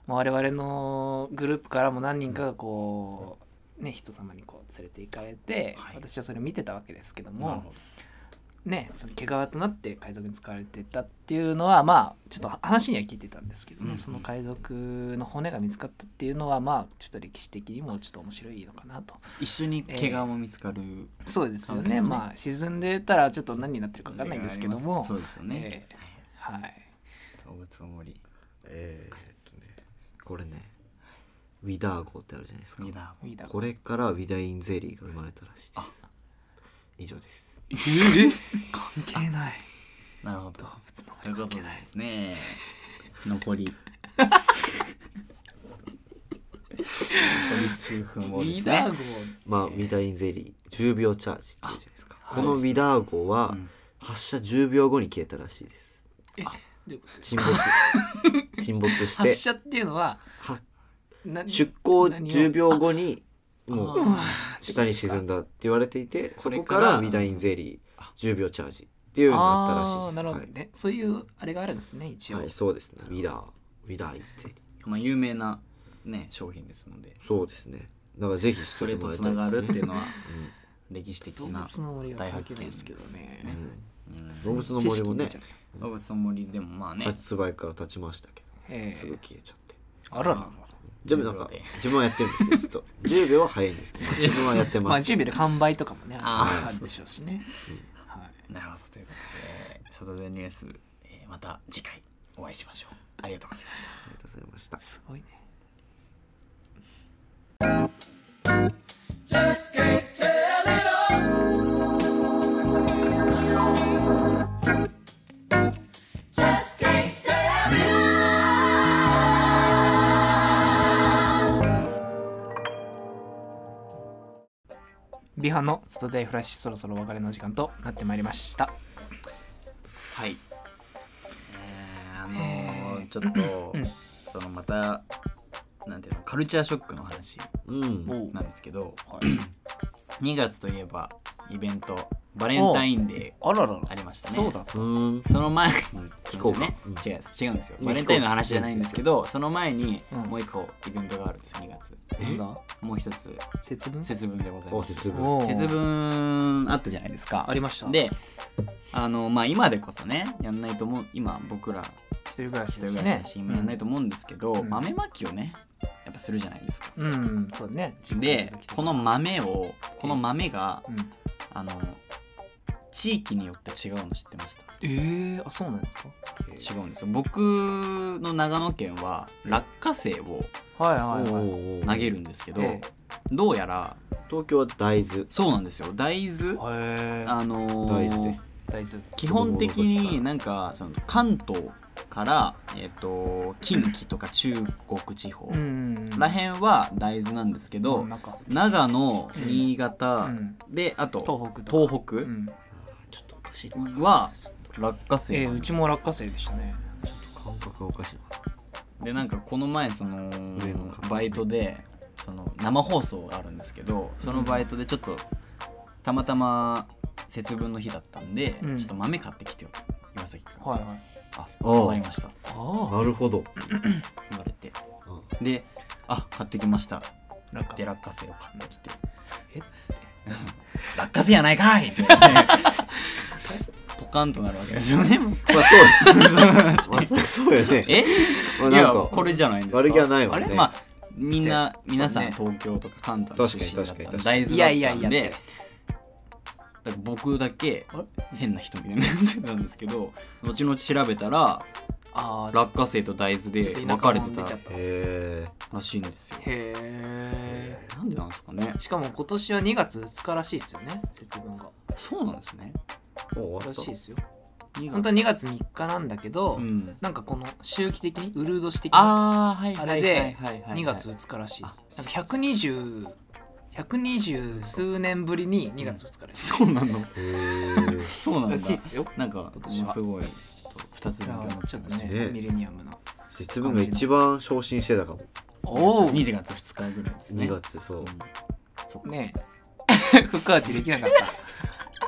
S1: まあ我々のグループからも何人かがこう、ね、人様にこう連れて行かれて、
S3: はい
S1: 私はそれを見てたわけですけど
S3: なる
S1: も
S3: ほど、
S1: ね、その毛皮となって海賊に使われてたっていうのはまあちょっと話には聞いてたんですけどね、
S3: うんうん
S1: その海賊の骨が見つかったっていうのはまあちょっと歴史的にもちょっと面白いのかなと
S3: 一緒に毛皮も見つかる、
S1: そうですよ
S3: 感
S1: ね。
S3: 染もね
S1: まあ沈んでたらちょっと何になってるかわかんないんですけども、
S3: そうですよね、
S1: ええはい。
S3: 動物の森
S2: えーっとねこれねウィダー号ってあるじゃないですか
S3: リーダー
S1: 見た
S2: これからウィダインゼリーが生まれたらしいです以上です
S1: 関係ない。
S3: なるほど
S1: 別の
S3: ということでですね残り残り数分後で
S1: リ
S3: す
S1: ーダー
S3: ね
S1: 号。
S2: まあウィダインゼリー10秒チャージっていうじゃないですかこのウィダー号は発射10秒後に消えたらしいです
S1: どういうこと
S2: 沈
S1: <laughs>
S2: 没沈没し
S1: 発
S2: て
S1: 射っていうのは
S2: は
S1: 何
S2: 出港
S1: 何を
S2: 10秒後にもう
S3: あ
S2: 下に沈んだって言われていて
S3: こ
S2: そ
S3: れ
S2: こ
S3: か
S2: かららウィダインゼリー10秒チャージっていうようになったらしい
S1: あ
S2: で
S1: あ
S2: す
S1: なるほ
S2: は
S1: ど
S2: い
S1: ね。そういうあれがあるんですね一応。
S2: はい、そうですね。ウィダー、ウィダーイって。
S3: まあ有名なね商品ですので
S2: そうですね。だからぜひ知
S3: そ
S2: っ
S3: れ
S2: ても
S3: と
S2: らい
S3: つ
S2: た
S3: ないが
S2: です、ね。
S3: るっていうのは <laughs> 歴史的
S1: 動
S3: な
S1: 物の森は関
S3: 大発
S1: 係
S3: 見
S1: ないですけどね。
S3: うん
S2: 動物の森もね
S1: 知識になっちゃ、った
S3: 動物の森でもまあね
S2: 発売から経ちましたけ
S1: ええ
S2: ど、すぐ消えちゃって。
S1: あららら。
S2: でもなんか
S3: 10秒で、
S2: 自分はやってるんですけど、ずっと。10秒は早いんですけど、自分はやって
S1: まあ
S2: ます。
S1: 10秒で完売とかもね
S3: あー
S1: あるでしょうしね。はい。
S3: なるほどということでサタデーニュースえーまた次回お会いしましょうありがとうございました
S2: ありがとうございました。
S1: すごいね。ビハのサタデーフラッシュそろそろお別れの時間となってまいりました。
S3: はい。えーあのーちょっと、そのまた、なんていうの、カルチャーショックの話
S2: うん。
S3: なんですけど、 <clears throat>
S1: はい、
S3: 2月といえばイベント、バレンタインデー
S1: あららら
S3: ありましたね。
S1: そうだっ
S2: うん。
S3: その前に
S2: 聞こうか
S3: ね
S2: うん、
S3: 違う違うんですよ
S2: うん
S3: バレンタインの話じゃないんですけどその前に
S1: うん
S3: もう一個イベントがあるんですよ2月
S1: た。なんだ
S3: もう一つ
S1: 節分
S3: 節分でござい
S2: あ、
S3: ます
S2: 節分。
S1: おー
S3: 節分あったじゃないですか
S1: ありました
S3: であのまあ今でこそねやんないと思う今僕ら
S1: 一人暮らし
S3: 一人
S1: だし
S3: 暮らし
S1: ね
S3: だし今やんないと思うんですけど、
S1: うん
S3: 豆まきをねやっぱするじゃないですか、
S1: うん、うんそうだね実家
S3: で
S1: の時とか
S3: この豆をこの豆が、
S1: うん
S3: あの地域によって違うの知ってました
S1: えー、あそうなんですか
S3: 違うんですよ僕の長野県は落花生
S1: はい
S3: を
S2: お
S1: はいはい
S2: ー
S3: 投げるんですけど、
S1: え
S3: どうやら
S2: 東京は大豆。
S3: そうなんですよ大豆
S1: えー、
S3: あのー
S2: 大豆です。
S1: 大豆
S3: 基本的になんかその関東から、えっと近畿とか中国地方
S1: うん
S3: らへんは大豆なんですけど、
S1: うんなんか
S3: 長野新潟、
S1: うん
S3: であと
S1: 東北とか
S3: 東北
S1: うん
S2: ちょっとおかしいな
S3: は落花生
S1: え
S3: な
S1: ー
S3: ん
S1: う
S3: です
S1: ちも落花生でしたね
S2: 感覚がおかしい
S3: でなんかこの前その
S2: 上の方
S3: バイトでその生放送があるんですけどそのバイトでちょっとたまたま節分の日だったんで、
S1: うん
S3: ちょっと豆買ってきてよ岩崎君、
S1: はいはい
S3: あわかりました
S1: あ
S2: な
S1: あ
S2: なるほど
S3: 言われてであ買ってきました
S1: 落花
S3: で
S1: 生
S3: 落花生を買ってきて
S1: え
S3: 「 <laughs> 落花生やないかい!」って言
S1: <laughs>
S3: われてポカンとなるわけですよね
S2: まあそうです。 <laughs> まあそうそうやね。
S3: え
S2: まあ
S3: い
S2: な
S3: や
S2: んか
S3: これじゃないんですか
S2: 悪気はないわね
S3: あれまあみんな
S1: で
S3: 皆さん
S1: そ
S3: 東京とか関東の出身だったんで
S2: 確か
S3: 大豆
S1: いや
S3: だったんで
S1: いやいやって
S3: だから僕だけ
S1: あれ
S3: 変な人みたいになってたんですけど後々調べたら
S1: あー
S3: 落花生と大豆
S1: ちょ
S3: で
S1: っと
S3: 分
S1: 田
S3: か
S1: 舎
S3: れ
S1: も
S3: て
S1: ん出ちゃ
S3: た
S1: ったへ
S2: え
S3: らしいんですよ
S1: え
S3: なんでなんですかね
S1: しかも今年は2月2日らしいですよね節分が
S3: そうなんですね
S2: ー、もう終わ
S1: ら
S2: っ
S1: しい
S2: た
S1: ですよ
S3: 二月
S1: 本当は2月3日なんだけど、
S3: うん
S1: なんかこの周期的にウルー年的な
S3: あーはい
S1: あ
S3: は
S1: れ
S3: いはい
S1: で
S3: はいはい
S1: 2月2日らしいです、
S3: あ
S1: なんか120 120数年ぶりに2月2日らしいです、
S3: そうなの
S2: へー
S3: そうなんだ
S1: らしいですよ
S3: なんか
S1: 今
S3: も
S1: 年
S3: う
S1: は
S3: すごいちょっと2つ
S1: い
S3: 勉強
S1: や
S3: になっ
S1: ち
S3: ち
S1: ょっ
S3: ゃいま
S1: と
S3: した
S1: ね
S2: ね
S1: ミレニアムの
S2: 節分が一番昇進してたかも。
S1: おお
S3: 2月2日ぐらいですね
S2: 2月そう。
S3: そっか
S1: ねえ <laughs> 腹話できなかっ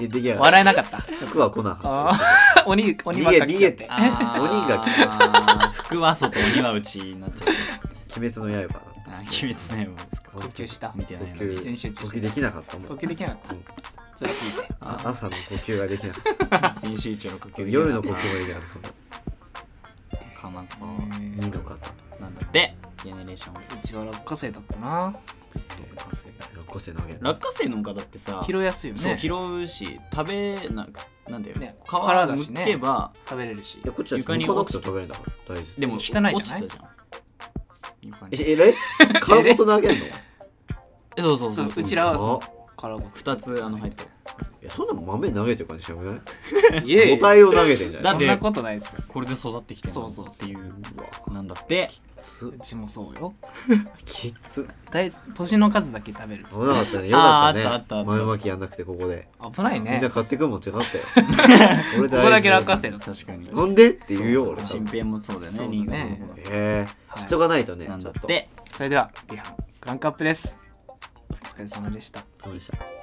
S2: えできな
S1: た
S2: かった
S1: 笑えなかった
S2: 服は来なかっ
S1: あー鬼鬼ばっか来ちゃっ
S2: 逃げ
S1: て
S2: 逃
S3: あー
S2: 鬼が来。
S3: <laughs> 福は外鬼は内になっちゃった
S2: 鬼滅の刃だ。
S3: たあー <laughs> 鬼滅の刃ですか
S1: 呼吸した
S3: 見てない
S2: 呼
S3: な
S2: 吸
S1: 全集中
S2: 呼
S1: して
S2: 吸できなかったもん。
S1: 呼吸できなかった
S2: うん
S1: 辛すぎて
S2: あ朝の呼吸ができなかっ
S3: 全集中の呼
S2: た。
S3: 吸
S2: 夜の呼吸ができなかった。
S3: かなんか
S1: うん
S2: 2の方。
S3: なんだってジェネレーション
S1: うちは落花生だったな
S3: 落花生
S2: 落花生投げる。
S3: 落花生の方だってさ
S1: 拾いやすいよ
S3: そう
S1: ね
S3: 拾うし食べなくなんだよ
S1: ね
S3: ね皮
S1: 殻だし
S3: 剥
S1: ね
S3: けば
S1: 食べれるし
S2: いやこっちは
S3: 床に
S2: 床の
S3: 落
S2: 口
S3: ち
S2: を食べれんだから大事。
S3: でも
S1: 汚い
S3: 落
S1: じゃない
S3: ちたじゃん床に
S2: ええらい殻ごと投げんの
S3: えそうそう
S1: そ
S3: そううそう
S1: ちらは
S2: あ
S1: 殻ご
S3: 2つあの入ってる
S2: いやそんなの豆投げてる感じしなくない
S1: といえいえ
S2: 母体を投げてんじゃない
S3: だ
S1: そんなことないですよ
S3: これで育ってきてる
S1: そうそう
S3: っていうなんだって
S2: つ
S1: うちもそうよ
S2: きっつ
S1: 大年の数だけ食べるっつ
S2: 危
S1: っ
S2: なかったねよかったね
S3: あーあったあったあった
S2: 前巻きやんなくてここで、
S1: て危ない
S2: み
S1: ね
S2: んな
S1: こ
S2: 買ってくんも違ったよこれ大事
S1: こだけ落花生だった
S3: 確かに
S2: なんでって言うよ俺多
S3: 新
S2: 分
S3: 編もそうだよ
S1: そう
S3: ね
S1: だね
S3: リンゴの方
S2: え
S1: は
S2: ー、
S1: い
S2: 知っとかないとね
S3: なん
S2: ち
S3: だ
S2: ょっ
S3: っ
S2: と
S3: て
S1: それでは B 班クランクアップですお疲れ様でした
S2: どうでした